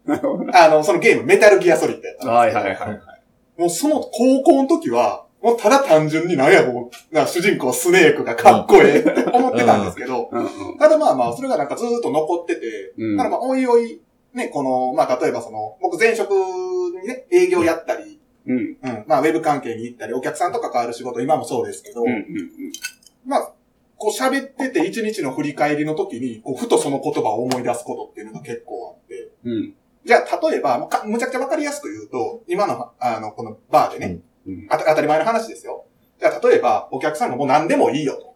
[SPEAKER 4] あの、そのゲーム、メタルギアソリッドやったんですけど
[SPEAKER 2] はいはいはい。
[SPEAKER 4] もうその高校の時は、もうただ単純になんやこう、な主人公スネークがかっこええって思ってたんですけど、
[SPEAKER 2] うん
[SPEAKER 4] ただまあまあ、それがなんかずーっと残ってて、
[SPEAKER 2] うん。
[SPEAKER 4] ただまあ、おいおい、ね、この、まあ、例えばその、僕前職にね、営業やったり、
[SPEAKER 2] うん。うん。
[SPEAKER 4] うん、まあ、ウェブ関係に行ったり、お客さんと関わる仕事、今もそうですけど、
[SPEAKER 2] うん。うん。
[SPEAKER 4] まあ、こう喋ってて一日の振り返りの時に、こう、ふとその言葉を思い出すことっていうのが結構あって、
[SPEAKER 2] うん。
[SPEAKER 4] じゃあ、例えば、もうかむちゃくちゃわかりやすく言うと、今の、あの、このバーでね、
[SPEAKER 2] うん。
[SPEAKER 4] あた当たり前の話ですよ。じゃあ、例えば、お客さんがもう何でもいいよと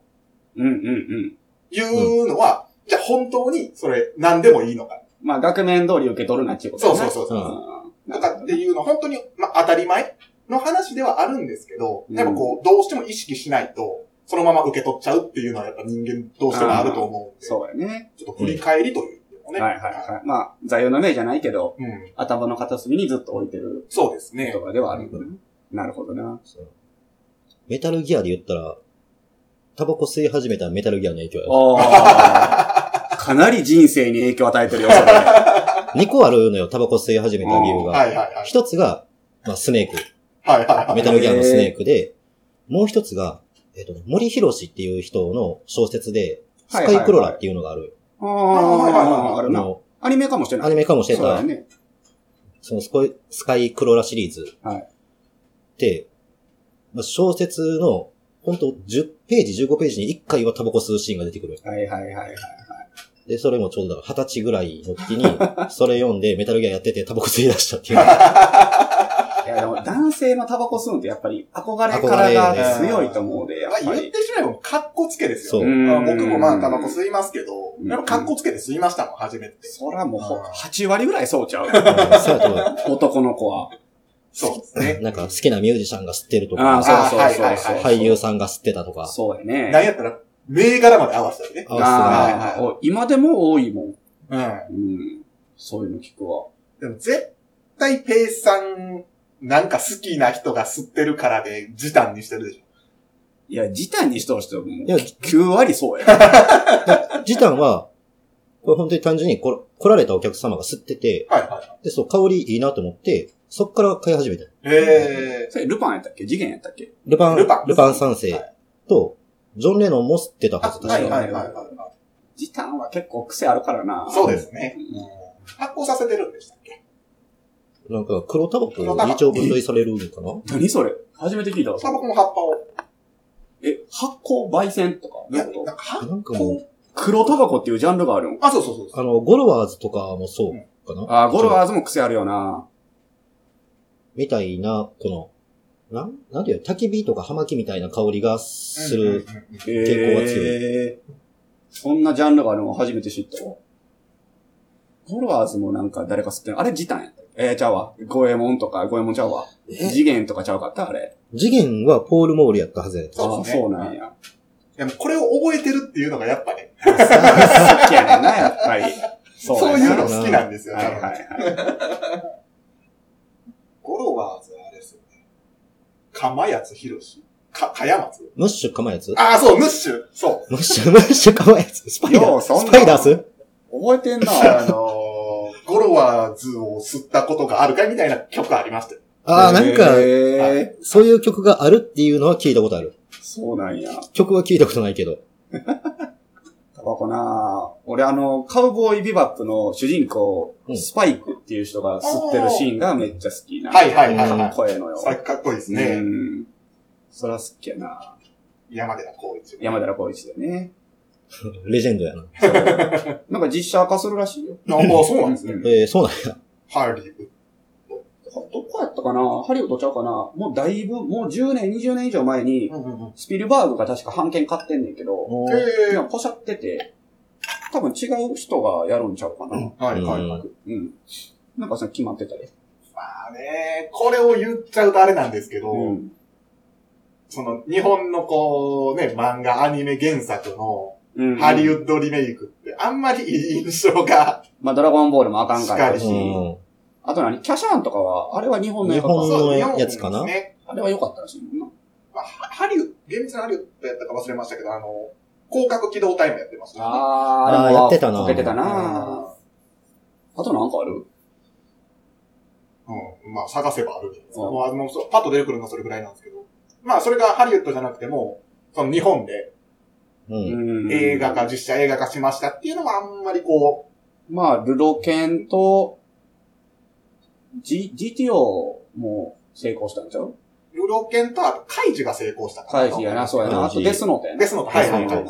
[SPEAKER 2] うん。うん。
[SPEAKER 4] いうのは、じゃあ本当にそれ何でもいいのか。
[SPEAKER 2] まあ、額面通り受け取るなっていうこと
[SPEAKER 4] そう
[SPEAKER 2] だ
[SPEAKER 4] そ
[SPEAKER 2] な
[SPEAKER 4] うそう
[SPEAKER 1] う
[SPEAKER 4] そう。
[SPEAKER 1] ん。
[SPEAKER 2] うん。
[SPEAKER 4] とかっていうの、本当に、まあ、当たり前の話ではあるんですけど、
[SPEAKER 2] うん
[SPEAKER 4] やっぱこう、どうしても意識しないと、そのまま受け取っちゃうっていうのはやっぱ人間どうしてもあると思うんで、ちょ
[SPEAKER 2] そうやね。
[SPEAKER 4] っと振り返りというのね。
[SPEAKER 2] はいはいはい。まあ、座右の銘じゃないけど、
[SPEAKER 4] うん。
[SPEAKER 2] 頭の片隅にずっと置いてる
[SPEAKER 4] そうですね
[SPEAKER 2] 言。葉ではあるよね。なるほどな。
[SPEAKER 1] そうメタルギアで言ったら、タバコ吸い始めたメタルギアの影響やろ。
[SPEAKER 2] ああ。 かなり人生に影響を与えてるよ、そ れ。
[SPEAKER 1] 2個あるのよ、タバコ吸い始めた理由
[SPEAKER 4] はい
[SPEAKER 1] が。
[SPEAKER 4] はいはい。
[SPEAKER 1] 一つが、まあ、スネーク。
[SPEAKER 4] はいはいはい。
[SPEAKER 1] メタルギアのスネークで、もう一つが、えっ、とね、森博っていう人の小説で、スカイクロラっていうのがある。
[SPEAKER 2] あ
[SPEAKER 4] はいはいはい
[SPEAKER 2] あ、あ
[SPEAKER 1] あ
[SPEAKER 2] るな。
[SPEAKER 1] の、
[SPEAKER 2] アニメかもしれな
[SPEAKER 1] ア
[SPEAKER 2] い。
[SPEAKER 1] ニメ化もして
[SPEAKER 2] そう
[SPEAKER 1] た
[SPEAKER 2] だ、ね。
[SPEAKER 1] そのスコイスカイクロラシリーズ。
[SPEAKER 2] はい
[SPEAKER 1] で、まあ、小説の、本当10ページ、15ページに1回はタバコ吸うシーンが出てくる。
[SPEAKER 2] はいはいはいはい。
[SPEAKER 1] で、それもちょうどだから20歳ぐらいの時に、それ読んでメタルギアやっててタバコ吸い出したっていう。
[SPEAKER 2] いや、でも男性のタバコ吸うんってやっぱり憧れからが強いと思うで、やっ
[SPEAKER 4] まあ、
[SPEAKER 2] ぱ
[SPEAKER 4] 言っ
[SPEAKER 2] り。
[SPEAKER 4] てしまえば、かっこつけですよね
[SPEAKER 1] そう。
[SPEAKER 4] まあ僕もまあ、タバコ
[SPEAKER 2] う。
[SPEAKER 4] 吸いますけど
[SPEAKER 2] う、ん
[SPEAKER 4] やっぱ格好つけて吸いましたもん、初めて。
[SPEAKER 2] そらもうほ
[SPEAKER 4] あー
[SPEAKER 2] 8割ぐらいそうちゃう。
[SPEAKER 1] そうや
[SPEAKER 2] 男の子は。
[SPEAKER 4] そうです
[SPEAKER 1] と、
[SPEAKER 4] ね。
[SPEAKER 1] なんか好きなミュージシャンが吸ってると
[SPEAKER 2] ああ、
[SPEAKER 1] か、
[SPEAKER 2] そうそう
[SPEAKER 4] あーは
[SPEAKER 2] そ
[SPEAKER 4] いうはい
[SPEAKER 2] そう。
[SPEAKER 1] 俳優さんが吸ってたとか。
[SPEAKER 2] そうや
[SPEAKER 4] なん
[SPEAKER 2] ね。
[SPEAKER 4] やったら、銘柄まで合わせたりね。
[SPEAKER 1] あ
[SPEAKER 4] はい
[SPEAKER 2] あ
[SPEAKER 4] はい
[SPEAKER 2] あ、お今でも多いもん。
[SPEAKER 4] うん。
[SPEAKER 2] うん。そういうの聞くわ。
[SPEAKER 4] でも絶対ペイさん、なんか好きな人が吸ってるからで時短にしてるでし
[SPEAKER 2] いや、時短にしてほしいも
[SPEAKER 1] いや
[SPEAKER 2] 9割そう や。
[SPEAKER 1] すね。時短は、これ本当に単純にこ来られたお客様が吸ってて、
[SPEAKER 4] ょ。はいはい。
[SPEAKER 1] で、そう、香りいいなと思って、そっから買い始めた。
[SPEAKER 4] え
[SPEAKER 2] それルパンやったっけ次元やったっけ
[SPEAKER 1] ルパン、
[SPEAKER 4] ル
[SPEAKER 1] ル
[SPEAKER 4] パ
[SPEAKER 1] パ
[SPEAKER 4] ン
[SPEAKER 1] ン三世と、ジョン・レノンも吸ってたはず確
[SPEAKER 4] ー。は
[SPEAKER 1] か
[SPEAKER 4] い
[SPEAKER 1] に。
[SPEAKER 4] はいはいは
[SPEAKER 2] 時短は結構癖あるからな。
[SPEAKER 4] い。そうですね。
[SPEAKER 2] うん
[SPEAKER 4] 発酵させてるんでしたっけ
[SPEAKER 1] なんか、黒タバコ
[SPEAKER 4] 黒タバコ
[SPEAKER 1] 二丁分類されるのかな
[SPEAKER 2] 何それ初めて聞いたわ。
[SPEAKER 4] タバコの葉っぱを。
[SPEAKER 2] え、発酵焙煎とか
[SPEAKER 4] いや、
[SPEAKER 2] どういうこと
[SPEAKER 4] なんか発
[SPEAKER 1] なんかも
[SPEAKER 4] 酵
[SPEAKER 1] う、
[SPEAKER 2] 黒タバコっていうジャンルがあるの
[SPEAKER 4] あ、そうそうそうそう。
[SPEAKER 1] あの、ゴロワーズとかもそうかな、
[SPEAKER 2] あー、ゴロワーズも癖あるよな。
[SPEAKER 1] みたいな、この、なん、なんていうの焚き火とか葉巻みたいな香りがす
[SPEAKER 4] うんうん
[SPEAKER 1] る。
[SPEAKER 4] うんうん。
[SPEAKER 1] 傾
[SPEAKER 2] えー
[SPEAKER 1] 向が
[SPEAKER 2] そんなジャンルがあるのは初めて知ったわ。ゴロワーズもなんか誰か吸ってる。あれ時短やったえー、ちゃうわ。ゴエモンとか、ゴエモンちゃうわ。次元とかちゃうかったあれ。
[SPEAKER 1] 次元はポール・モールやったはずやで
[SPEAKER 2] あ
[SPEAKER 4] そう
[SPEAKER 2] あー、
[SPEAKER 4] ですね
[SPEAKER 2] そうなんや。
[SPEAKER 4] いや、もうこれを覚えてるっていうのがやっぱね、
[SPEAKER 2] 好きやねんな、やっぱり。そ
[SPEAKER 4] そう
[SPEAKER 2] や
[SPEAKER 4] い
[SPEAKER 2] な
[SPEAKER 4] うの好きなんですよ。
[SPEAKER 2] はいはい
[SPEAKER 4] 多分
[SPEAKER 2] はい。
[SPEAKER 4] ゴロワーズはあれですよね。釜やつひろし。か、かやまつ。
[SPEAKER 1] ムッシュかまやつ
[SPEAKER 4] ああ、そう、ムッシュ。そう。
[SPEAKER 1] ムッシュ、ムッシュかまやつスパイダ
[SPEAKER 2] よ
[SPEAKER 1] ー
[SPEAKER 2] うそん
[SPEAKER 1] ス
[SPEAKER 2] な
[SPEAKER 1] パイダース
[SPEAKER 2] 覚えてんな。
[SPEAKER 4] あのー、ゴロワーズを吸ったことがあるかいみたいな曲ありましたよ。
[SPEAKER 1] ああ、なんか、
[SPEAKER 2] えー、
[SPEAKER 1] そういう曲があるっていうのは聞いたことある。
[SPEAKER 2] そうなんや。
[SPEAKER 1] 曲は聞いたことないけど。
[SPEAKER 2] タバコなぁ。俺あの、カウボーイビバップの主人公、
[SPEAKER 1] うん
[SPEAKER 2] スパイクっていう人が吸ってるシーンがめっちゃ好きな。
[SPEAKER 4] はいはいはい
[SPEAKER 2] か
[SPEAKER 4] は
[SPEAKER 2] っ
[SPEAKER 4] い。
[SPEAKER 2] こええのよ。
[SPEAKER 4] さかっこいいです
[SPEAKER 2] う
[SPEAKER 4] ね。
[SPEAKER 2] ん。そら好きやな
[SPEAKER 4] 山寺宏一。
[SPEAKER 2] 山寺宏一でね。
[SPEAKER 1] レジェンドやな。
[SPEAKER 2] そうなんか実写化するらしいよ。
[SPEAKER 4] ああ、そうなんですね。
[SPEAKER 2] うん
[SPEAKER 1] えー、そうなんや。
[SPEAKER 4] ハーリー。
[SPEAKER 2] どこやったかなハリウッドちゃうかなもうだいぶ、もう10年、20年以上前に、
[SPEAKER 4] うんうんうん。
[SPEAKER 2] スピルバーグが確か版権買ってんねんけど、
[SPEAKER 4] ええ
[SPEAKER 2] 今ポシャってて、多分違う人がやるんちゃうかな。
[SPEAKER 4] はいはいはい。
[SPEAKER 2] うん。なんかさ、決まってたり。
[SPEAKER 4] まあね、これを言っちゃうとあれなんですけど、
[SPEAKER 2] うん。
[SPEAKER 4] その、日本のこう、ね、漫画、アニメ原作の、
[SPEAKER 2] うん
[SPEAKER 4] ハリウッドリメイクって、あんまりいい印象が、
[SPEAKER 2] まあ、ドラゴンボールもあかんかったし
[SPEAKER 4] し、
[SPEAKER 1] うん
[SPEAKER 2] あと何キャシャーンとかは、あれは日本の映
[SPEAKER 1] 日
[SPEAKER 2] 画か。
[SPEAKER 1] 本の
[SPEAKER 4] そう
[SPEAKER 1] やつかな
[SPEAKER 4] 日本ですね。
[SPEAKER 2] あれは良かったらしいもん
[SPEAKER 4] まあハハリウッド、厳密なハリウッドやったか忘れましたけど、あの、広角機動隊もやってました
[SPEAKER 2] な。
[SPEAKER 4] ね
[SPEAKER 2] あ
[SPEAKER 1] ーあれもやってたな
[SPEAKER 2] かけてたな
[SPEAKER 4] うん
[SPEAKER 2] あとなんかある
[SPEAKER 4] うん。まあ、探せばあるじゃないですか。
[SPEAKER 2] うん
[SPEAKER 4] もうあの、そうパッと出てくるのはそれぐらいなんですけど。まあ、それがハリウッドじゃなくても、その日本で
[SPEAKER 1] うん。
[SPEAKER 2] 映
[SPEAKER 4] 映画化、。実写映画化しましたっていうのはあんまりこ
[SPEAKER 2] まあ、ルロケンと、G、GTO も成功したんちゃう
[SPEAKER 4] う、ルロケンとあとカイジが成功したから
[SPEAKER 2] 回避やな、そうやな。あとデスノートやな
[SPEAKER 4] で。すので、はいはいはい。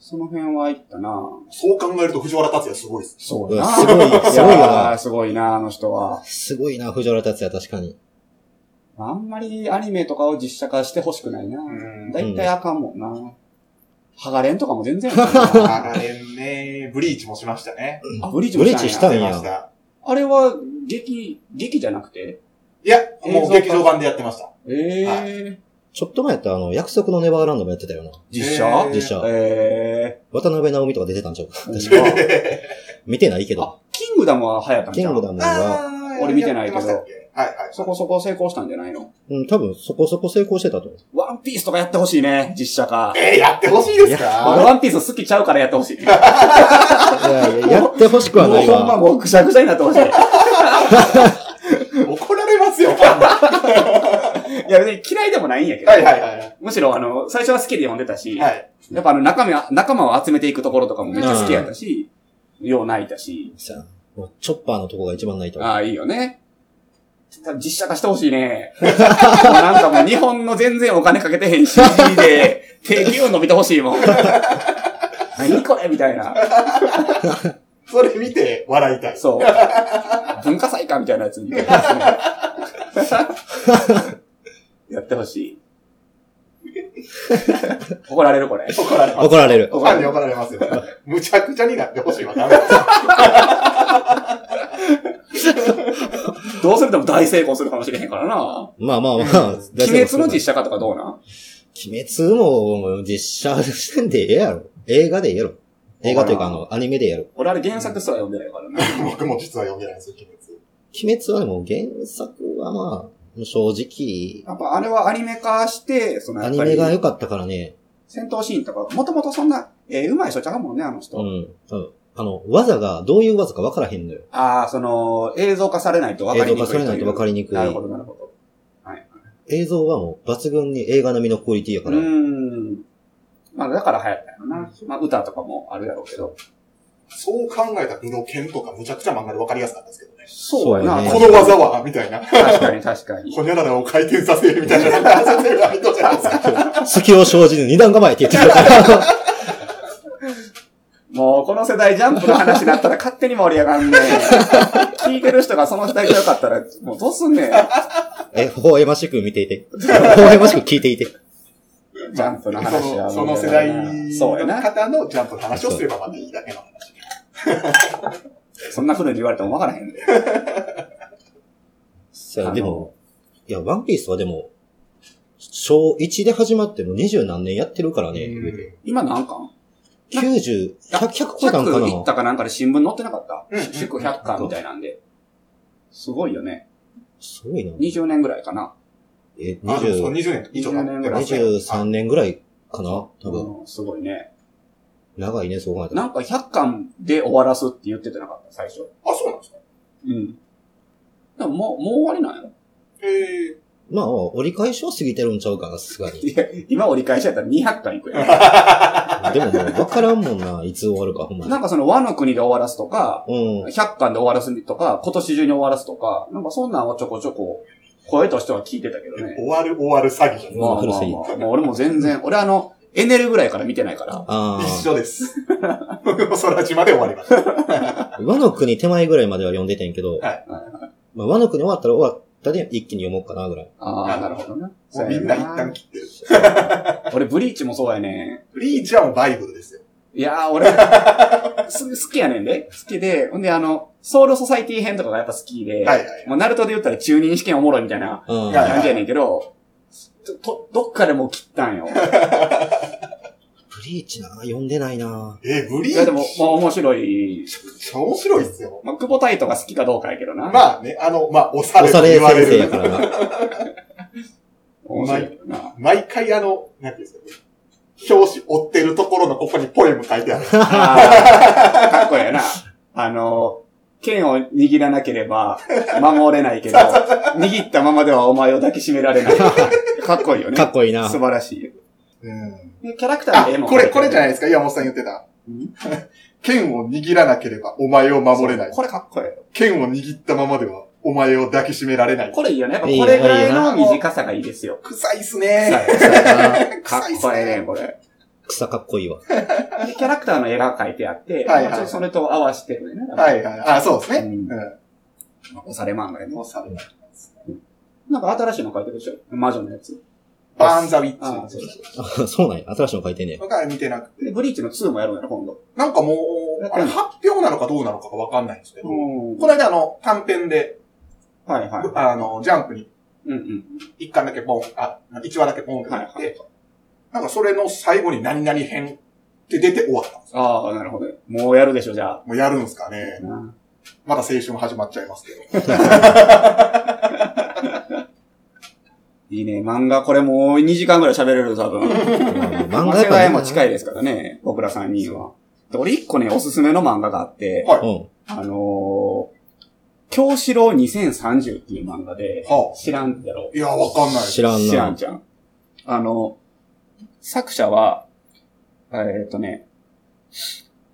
[SPEAKER 2] その辺は行ったな
[SPEAKER 4] そう考えると藤原達也すごいです。
[SPEAKER 2] そう
[SPEAKER 1] う
[SPEAKER 2] や
[SPEAKER 1] わ
[SPEAKER 2] な。
[SPEAKER 1] すごい、すごいよ
[SPEAKER 2] やー
[SPEAKER 1] な。
[SPEAKER 2] すごいな、あの人は。
[SPEAKER 1] すごいな、藤原達也、確かに。
[SPEAKER 2] あんまりアニメとかを実写化してほしくないな。
[SPEAKER 4] ん
[SPEAKER 2] だいたいあかんもんな。ハガレンとかも 全然。
[SPEAKER 4] 長年ね、ブリーチもしましたね。
[SPEAKER 2] あ、ブリーチ
[SPEAKER 1] ブ
[SPEAKER 2] も
[SPEAKER 1] リ
[SPEAKER 2] し
[SPEAKER 1] ー
[SPEAKER 2] たん
[SPEAKER 1] チ
[SPEAKER 2] や
[SPEAKER 1] したん
[SPEAKER 4] 出まし
[SPEAKER 1] や。
[SPEAKER 4] た。
[SPEAKER 2] あれは、劇、劇じゃなくて
[SPEAKER 4] いや、もう劇場版でやってました。
[SPEAKER 2] ええ
[SPEAKER 4] は
[SPEAKER 1] ちょっと前やったら、あの、約束のネバーランドもやってたよな。
[SPEAKER 2] 実写
[SPEAKER 4] えー
[SPEAKER 1] 実写。
[SPEAKER 2] え
[SPEAKER 1] 渡辺直美とか出てたんちゃう
[SPEAKER 2] ー
[SPEAKER 1] か。
[SPEAKER 2] ほんま
[SPEAKER 1] 確か見てないけど。
[SPEAKER 2] あ、キングダムは流行ったん
[SPEAKER 1] キ
[SPEAKER 2] ちゃ
[SPEAKER 1] ング
[SPEAKER 2] う
[SPEAKER 1] ダムは、
[SPEAKER 4] あー
[SPEAKER 2] 俺見てないけど
[SPEAKER 4] やってましたっはいはい。
[SPEAKER 2] そこそこ成功したんじゃないの
[SPEAKER 1] うん、多分そこそこ成功してたと思う。
[SPEAKER 2] ワンピースとかやってほしいね、実写化。
[SPEAKER 4] えー、やってほしいです
[SPEAKER 2] 俺
[SPEAKER 4] か
[SPEAKER 2] ワンピース好きちゃうからやってほしい。も
[SPEAKER 1] いやいや、やってほしく
[SPEAKER 2] う
[SPEAKER 1] はない
[SPEAKER 2] ほんま
[SPEAKER 1] わ。
[SPEAKER 2] もうくしゃくしゃになってほし い。
[SPEAKER 4] 怒られますよ。はい
[SPEAKER 2] や別に嫌いでもないんやけど。
[SPEAKER 4] いはいはい。
[SPEAKER 2] むしろあの、最初は好きで読んでたし、
[SPEAKER 4] はい。
[SPEAKER 2] やっぱあの仲間、仲間を集めていくところとかもめっちゃ好きやったし、よう泣いたし、
[SPEAKER 1] さあ、もうチョッパーのとこが一番ないと思う。
[SPEAKER 2] ああ、いいよね。多分実写化してほしいね。もうなんかもう日本の全然お金かけてへん CG で、定期を伸びてほしい もん。何これみたいな。
[SPEAKER 4] それ見て笑いたい。
[SPEAKER 2] そう。文化祭かみたいなやつに。やってほしい。怒られるこれ。
[SPEAKER 4] 怒られます。
[SPEAKER 1] 怒られる。
[SPEAKER 4] ファンに怒られますよ。むちゃくちゃになってほしいわ。ダメです
[SPEAKER 2] どうするでも大成功するかもしれへんからな。
[SPEAKER 1] まあまあまあ。
[SPEAKER 2] 鬼滅の
[SPEAKER 1] 写。
[SPEAKER 2] 実写化とかどうなん
[SPEAKER 1] 鬼滅も実写してんでええやろ。映画でええやろ。映画というか、あの、アニメでええやろ。
[SPEAKER 2] 俺あれ原作すら読んでないからな。
[SPEAKER 4] 僕も実は読んでないんですよ、鬼滅。
[SPEAKER 1] 鬼滅はでも原作はまあ、正直、
[SPEAKER 2] やっぱあれはアニメ化して、その
[SPEAKER 1] ア
[SPEAKER 2] やっ
[SPEAKER 1] ニ
[SPEAKER 2] ぱ
[SPEAKER 1] メが
[SPEAKER 2] り
[SPEAKER 1] 良かったからね。
[SPEAKER 2] 戦闘シーンとか、もともとそんな、えー、うまい人ちゃうもんね、あの人。
[SPEAKER 1] うん。うんあの、技がどういう技か分からへんのよ。
[SPEAKER 2] ああ、その、映像化されないと分
[SPEAKER 1] 映
[SPEAKER 2] か
[SPEAKER 1] 像
[SPEAKER 2] りにく
[SPEAKER 1] 化
[SPEAKER 2] いと
[SPEAKER 1] さ
[SPEAKER 2] いう。
[SPEAKER 1] れないと分かりにくい
[SPEAKER 2] な。るほど、なるほど。
[SPEAKER 1] 映像はもう抜群に映画並みのクオリティやか
[SPEAKER 2] う
[SPEAKER 1] ら。
[SPEAKER 2] ーん。まあだから流行ったよな。まあ歌とかもあるやろうけど。
[SPEAKER 4] そう考えたら、ルロケンとかむちゃくちゃ漫画でわかりやすかったですけどね。
[SPEAKER 2] そうや
[SPEAKER 1] そうや
[SPEAKER 2] な。
[SPEAKER 1] ね
[SPEAKER 4] この技は、みたいな。
[SPEAKER 2] 確かに確かに。
[SPEAKER 4] ほにゃららを回転させるみたいな。させるライトじゃないですか。
[SPEAKER 1] 隙を生じぬ二段構えって言ってた から。
[SPEAKER 2] もうこの世代ジャンプの話になったら勝手に盛り上が んね聞いてる人がその世代じゃよかったら、もうどうすんねん。
[SPEAKER 1] え、微笑ましく見ていて。微笑ましく聞いていて。
[SPEAKER 2] ジャンプの
[SPEAKER 4] そ
[SPEAKER 2] 話は
[SPEAKER 4] の、
[SPEAKER 2] も
[SPEAKER 4] そうの
[SPEAKER 2] やだな。
[SPEAKER 4] 世代
[SPEAKER 2] そうや
[SPEAKER 4] の
[SPEAKER 2] な。
[SPEAKER 4] 方のジャンプの話をすればまだいいだけの話。
[SPEAKER 2] そんな風に言われても分からへんで。
[SPEAKER 1] さ
[SPEAKER 2] あ
[SPEAKER 1] あ、
[SPEAKER 2] の
[SPEAKER 1] でも、いや、ワンピースはでも、小1で始まっても二十何年やってるからね。
[SPEAKER 2] 今何巻
[SPEAKER 1] 九十、百、百超えたんか
[SPEAKER 2] ?100 いっ
[SPEAKER 1] な
[SPEAKER 2] たかなんかで新聞載ってなかった
[SPEAKER 4] うん
[SPEAKER 2] 祝100巻みたいなんで。すごいよね。
[SPEAKER 1] すごいな。
[SPEAKER 2] 20年ぐらいかな。
[SPEAKER 1] え、
[SPEAKER 4] あ、でもそう
[SPEAKER 1] 二
[SPEAKER 4] 20年以上経ってます
[SPEAKER 1] 十、
[SPEAKER 4] ね。
[SPEAKER 1] 二十三年ぐらいかな多分。
[SPEAKER 2] うんすごいね。
[SPEAKER 1] 長いね、そう考えたら。
[SPEAKER 2] なんか100巻で終わらすって言っててなかった、最初。
[SPEAKER 4] あ、そうなんですか
[SPEAKER 2] うん。でももう、もう終わりなんやろ
[SPEAKER 4] へえ。
[SPEAKER 1] まあ、折り返しは過ぎてるんちゃうかな、さすがに。
[SPEAKER 2] いや、今折り返しやったら200巻いくやん。
[SPEAKER 1] でももう、わからんもんな、いつ終わるか、ほんまに
[SPEAKER 2] なん。かその和の国で終わらすとか、
[SPEAKER 1] うん。
[SPEAKER 2] 100巻で終わらすとか、今年中に終わらすとか、なんかそんなんをちょこちょこ、声としては聞いてたけどね。
[SPEAKER 4] 終わる終わる詐欺じゃん。
[SPEAKER 1] ん
[SPEAKER 2] まあまあ
[SPEAKER 1] 古
[SPEAKER 2] まあ、
[SPEAKER 1] すぎ
[SPEAKER 2] もう俺も全然、俺あの、エネルぐらいから見てないから。
[SPEAKER 1] あ
[SPEAKER 4] 一緒です。 空島で終わりました。
[SPEAKER 1] あ。和の国手前ぐらいまでは読んでてんけど、
[SPEAKER 4] はい
[SPEAKER 1] まあ、和の国終わったら終わったで一気に読もうかな、ぐらい。
[SPEAKER 2] ああ、なるほどな。
[SPEAKER 4] もうみんな一旦切ってる。
[SPEAKER 2] 俺ブリーチもそうやね。
[SPEAKER 4] リーチはもうバイブルですよ。
[SPEAKER 2] いやー 俺、す好きやねんで。好きで、ほんであの、ソウルソサイティ編とかがやっぱ好きで、
[SPEAKER 4] はいはい。
[SPEAKER 2] もうナルトで言ったら中任試験おもろいみたいな
[SPEAKER 1] うん。
[SPEAKER 4] はい
[SPEAKER 2] 感じやねんけど、ちょと、どっかでもう切ったんよ。
[SPEAKER 1] ブリーチな、読んでないな
[SPEAKER 4] え、ブリ
[SPEAKER 2] い
[SPEAKER 4] ー
[SPEAKER 2] やで
[SPEAKER 4] チ
[SPEAKER 2] も、
[SPEAKER 4] め
[SPEAKER 2] も
[SPEAKER 4] っ
[SPEAKER 2] う面白い。
[SPEAKER 4] ちゃ面白いっすよ。
[SPEAKER 2] まあ、久保タイトが好きかどうかやけどな。
[SPEAKER 4] まあね、あの、まあ、おさ
[SPEAKER 1] お
[SPEAKER 4] れ
[SPEAKER 1] さ
[SPEAKER 4] と
[SPEAKER 1] れ
[SPEAKER 4] 言われ
[SPEAKER 1] 先生
[SPEAKER 4] る。
[SPEAKER 1] やからな。
[SPEAKER 2] 面白いな。
[SPEAKER 4] 毎回あの、なんていうんですか、表紙追ってるところのここにポエム書いてある。
[SPEAKER 2] あーかっこええな。あの、剣を握らなければ守れないけ ど、握ったままではお前を抱きしめられ ない。かっこいいよね。
[SPEAKER 1] かっこいいな。
[SPEAKER 2] 素晴らしいよ。
[SPEAKER 4] うん。
[SPEAKER 2] でキャラクタ
[SPEAKER 4] あ
[SPEAKER 2] ーの絵も。、
[SPEAKER 4] これ、これじゃない
[SPEAKER 2] い
[SPEAKER 4] ですか、岩本さん言ってた。剣を握らなければお前を守れない。
[SPEAKER 2] これかっこえ
[SPEAKER 4] 剣を握ったままではお前を抱きしめられな
[SPEAKER 2] え。
[SPEAKER 4] い。
[SPEAKER 2] これいいよね。やっぱこれぐらいの短さがいいですよ。
[SPEAKER 4] 臭いっす
[SPEAKER 2] さ
[SPEAKER 4] ね。
[SPEAKER 2] あ かっ
[SPEAKER 4] 臭いっすね
[SPEAKER 2] こええね、これ。
[SPEAKER 1] 草かっこいいわ。
[SPEAKER 2] でキャラクターの絵が描いてあって、
[SPEAKER 4] はいはい
[SPEAKER 2] まあちょっとそれと合わせてるね。
[SPEAKER 4] はいはい。あ、そうですね。
[SPEAKER 2] うん
[SPEAKER 4] う
[SPEAKER 2] おされ漫画やね
[SPEAKER 4] ん。。もうされない。
[SPEAKER 2] なんか新しいの書いてるでしょ魔女のやつ。
[SPEAKER 4] バーンザウィ
[SPEAKER 2] あ
[SPEAKER 4] ッ
[SPEAKER 2] あ、そ
[SPEAKER 4] チ
[SPEAKER 2] う。そう
[SPEAKER 1] そうなんや。新しいの書いてんねや
[SPEAKER 4] 僕は見てなくて。
[SPEAKER 2] でブリーチの2もやるんやろ、今度。
[SPEAKER 4] なんかもう、あれ発表なのかどうなのかがわかんないんですけど、
[SPEAKER 2] うん。
[SPEAKER 4] この間あの、短編で、
[SPEAKER 2] はいはい。
[SPEAKER 4] あの、ジャンプに
[SPEAKER 2] うんうん。
[SPEAKER 4] 一巻だけポン、あ、一話だけポンってなっ
[SPEAKER 2] はいは
[SPEAKER 4] て、なんかそれの最後に何々編って出て終わったんですよ。
[SPEAKER 2] ああ、なるほど。もうやるでしょ、じゃあ。
[SPEAKER 4] もうやるんすかね。
[SPEAKER 2] な
[SPEAKER 4] まだ青春始まっちゃいますけど。
[SPEAKER 2] いいね。漫画、これもう2時間ぐらい喋れる多分。
[SPEAKER 1] まあ
[SPEAKER 2] 漫
[SPEAKER 1] 漫
[SPEAKER 2] 画
[SPEAKER 1] 画やか
[SPEAKER 2] 世代
[SPEAKER 1] ら
[SPEAKER 2] も近
[SPEAKER 1] い。
[SPEAKER 2] いですからね。僕ら3人は。で俺1個ね、おすすめの漫画があって、
[SPEAKER 4] は
[SPEAKER 1] うん。
[SPEAKER 2] あのー、京志郎2030っていう漫画で、
[SPEAKER 4] は
[SPEAKER 2] 知らんやろ
[SPEAKER 4] あ、いや、わかんない。
[SPEAKER 1] 知らん
[SPEAKER 2] 知らん
[SPEAKER 1] な。
[SPEAKER 2] じゃん。あの、作者は、えーっとね、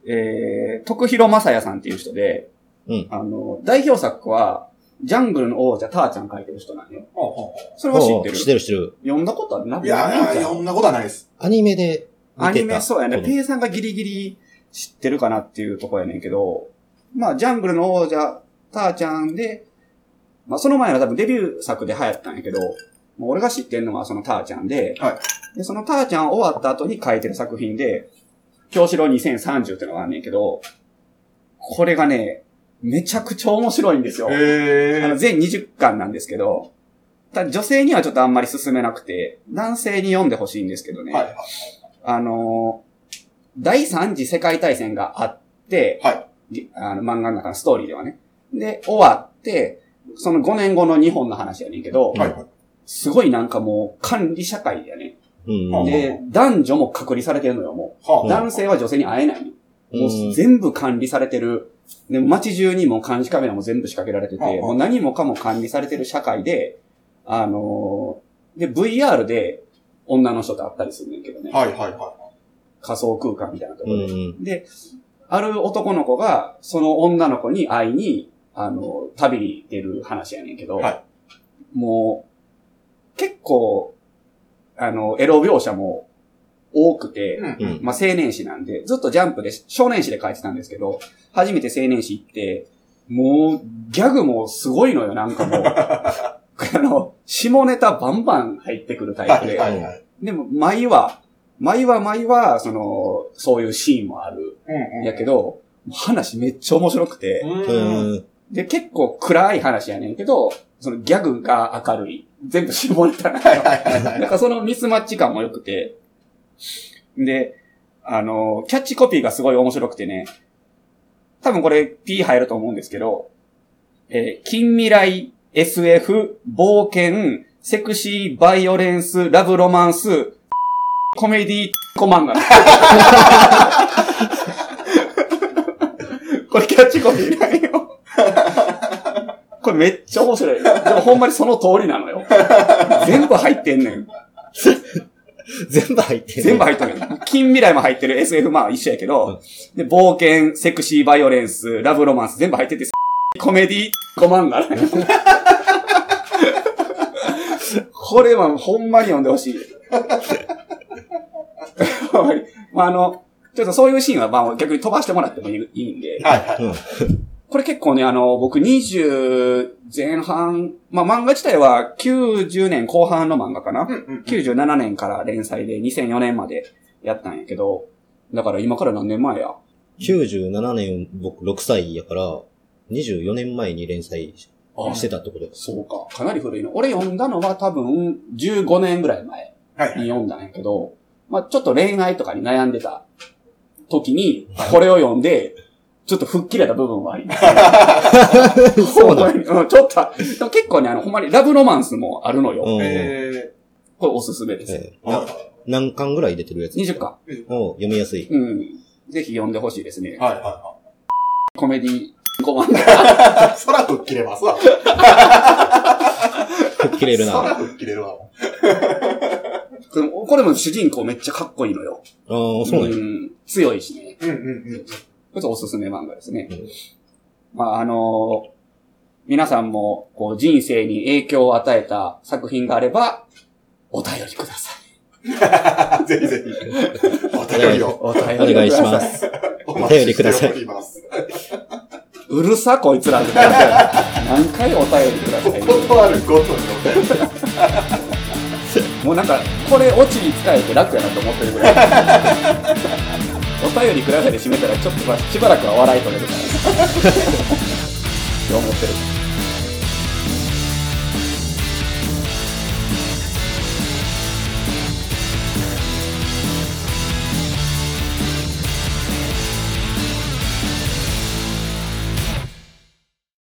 [SPEAKER 2] えー、徳弘正也さんっていう人で、
[SPEAKER 1] うん
[SPEAKER 2] あの、代表作は、ジャングルの王者、ターちゃん書いてる人なんよ。
[SPEAKER 4] はあは
[SPEAKER 2] それは知って
[SPEAKER 1] おう
[SPEAKER 2] る。
[SPEAKER 1] 知ってる知ってる。
[SPEAKER 2] 読んだことあるな
[SPEAKER 4] あいや、いや、そんなことはないです。
[SPEAKER 1] アニメで
[SPEAKER 2] ア
[SPEAKER 1] 見
[SPEAKER 2] ニ
[SPEAKER 1] てた。
[SPEAKER 2] メ、そうやね。
[SPEAKER 1] この
[SPEAKER 2] ペイさんがギリギリ知ってるかなっていうとこやねんけど、まあ、ジャングルの王者、ターちゃんで、まあ、その前は多分デビュー作で流行ったんやけど、もう俺が知ってるのはそのターちゃんで、
[SPEAKER 4] は
[SPEAKER 2] で、そのターちゃん終わった後に書いてる作品で、京志郎2030ってのがあんねんけど、これがね、めちゃくちゃ面白いんですよ。
[SPEAKER 4] へ
[SPEAKER 2] あの、全20巻なんですけど、ただ女性にはちょっとあんまり進めなくて、男性に読んでほしいんですけどね。
[SPEAKER 4] はいはい
[SPEAKER 2] あのー第三次世界大戦があって、
[SPEAKER 4] は
[SPEAKER 2] じあの漫画の中のストーリーではね。で、終わって、その5年後の日本の話やねんけど、
[SPEAKER 4] はいはい。
[SPEAKER 2] すごいなんかもう管理社会やね。
[SPEAKER 1] うん。
[SPEAKER 2] で、男女も隔離されてるのよ、もう。
[SPEAKER 4] はあ、
[SPEAKER 2] 男性は女性に会えないの。も
[SPEAKER 1] う
[SPEAKER 2] うん全部管理されてる。で、街中にも監視カメラも全部仕掛けられて
[SPEAKER 4] はあ
[SPEAKER 2] て、
[SPEAKER 4] はあ
[SPEAKER 2] もう何もかも管理されてる社会で、あのーで、VR で女の人と会ったりするねんだけどね。
[SPEAKER 4] はいはいは
[SPEAKER 2] 仮想空間みたいなとこ
[SPEAKER 1] う
[SPEAKER 2] ろで。
[SPEAKER 1] ん。
[SPEAKER 2] で、ある男の子が、その女の子に会いに、あの、旅に出る話やねんけど、
[SPEAKER 4] はい
[SPEAKER 2] もう、結構、あの、エロ描写も多くて、
[SPEAKER 4] い。
[SPEAKER 1] うん
[SPEAKER 2] まあ、青年誌なんで、ずっとジャンプで、少年誌で書いてたんですけど、初めて青年誌行って、もう、ギャグもすごいのよ、なん かもう。あの、下ネタバンバン入ってくるタイプで、
[SPEAKER 4] はいはい。
[SPEAKER 2] でも、舞は、舞は舞は、その、そういうシーンもある。
[SPEAKER 4] うんうん。
[SPEAKER 2] やけど、話めっちゃ面白くて、
[SPEAKER 4] うん。
[SPEAKER 1] うん。
[SPEAKER 2] で、結構暗い話やねんけど、そのギャグが明るい。全部絞れたな。
[SPEAKER 4] はいはいはいは
[SPEAKER 2] ないんかそのミスマッチ感も良くて、で、あの、キャッチコピーがすごい面白くてね、多分これ P 入ると思うんですけど、えー近未来 SF、冒険、セクシー、バイオレンス、ラブロマンス、コメディー、コ漫画。これキャッチコピーなんよ。これめっちゃ面白い。でもほんまにその通りなのよ。全部入ってんねん。
[SPEAKER 1] 全部入ってる。
[SPEAKER 2] 全部入ってる。近未来も入ってる。SF まあ一緒やけど、で、冒険、セクシー、バイオレンス、ラブロマンス全部入って て、コメディ、コマンガ。 これはほんまに読んでほしい。 ほんまにまああの、ちょっとそういうシーンはまあ逆に飛ばしてもらってもいいいいんで。
[SPEAKER 4] はいはい。
[SPEAKER 2] これ結構ね、あの、僕20前半、まあ漫画自体は90年後半の漫画かな。
[SPEAKER 4] うんうん。
[SPEAKER 2] 97年から連載で2004年までやったんやけど、だから今から何年前や
[SPEAKER 1] 97年、僕6歳やから、24年前に連載
[SPEAKER 2] あ
[SPEAKER 1] してたってことです。
[SPEAKER 2] そうか。かなり古いの。俺読んだのは多分15年ぐらい前
[SPEAKER 4] はい。
[SPEAKER 2] に読んだんやけど、まあちょっと恋愛とかに悩んでた時に、これを読んで、ちょっと吹っ切れた部分はあります。
[SPEAKER 1] そうなん
[SPEAKER 2] ほんまにうんちょっと、でも結構ね、あの、ほんまにラブロマンスもあるのよ。
[SPEAKER 1] うん
[SPEAKER 4] え
[SPEAKER 2] これおすすめです。
[SPEAKER 1] ええな何巻ぐらい出てるやつ
[SPEAKER 2] 20巻。
[SPEAKER 1] お読みやすい。
[SPEAKER 2] うん。ぜひ読んでほしいですね
[SPEAKER 4] ー、。はいはいは
[SPEAKER 2] コメディ5万
[SPEAKER 4] い。そら吹っ切れますわ。
[SPEAKER 1] 吹っ切れるな。
[SPEAKER 4] そ
[SPEAKER 1] あ
[SPEAKER 4] ら吹っ切れるわ。
[SPEAKER 2] これもこれも主人公めっちゃかっこいいのよ。
[SPEAKER 1] あー、そうなんや。
[SPEAKER 2] ん強いしね。
[SPEAKER 4] うんうんうん。
[SPEAKER 2] これおすすめ漫画ですね。
[SPEAKER 1] うん
[SPEAKER 2] まあ、あの皆さんも、こう、人生に影響を与えた作品があれば、お便りください。
[SPEAKER 4] ぜひ ぜひ。お便りを。
[SPEAKER 2] お便。
[SPEAKER 1] お願いしますす。
[SPEAKER 4] お待ちして
[SPEAKER 1] お
[SPEAKER 4] お
[SPEAKER 1] 便
[SPEAKER 4] ります。
[SPEAKER 2] うるさ、こいつらって。何回お便りください。
[SPEAKER 4] 断るごとにお便り。
[SPEAKER 2] もうなんか、これ、オチに使えて楽やなと思ってるぐらい。お便りくださいで締めたら、ちょっとまあしばらくは笑い取れるから。って思ってる。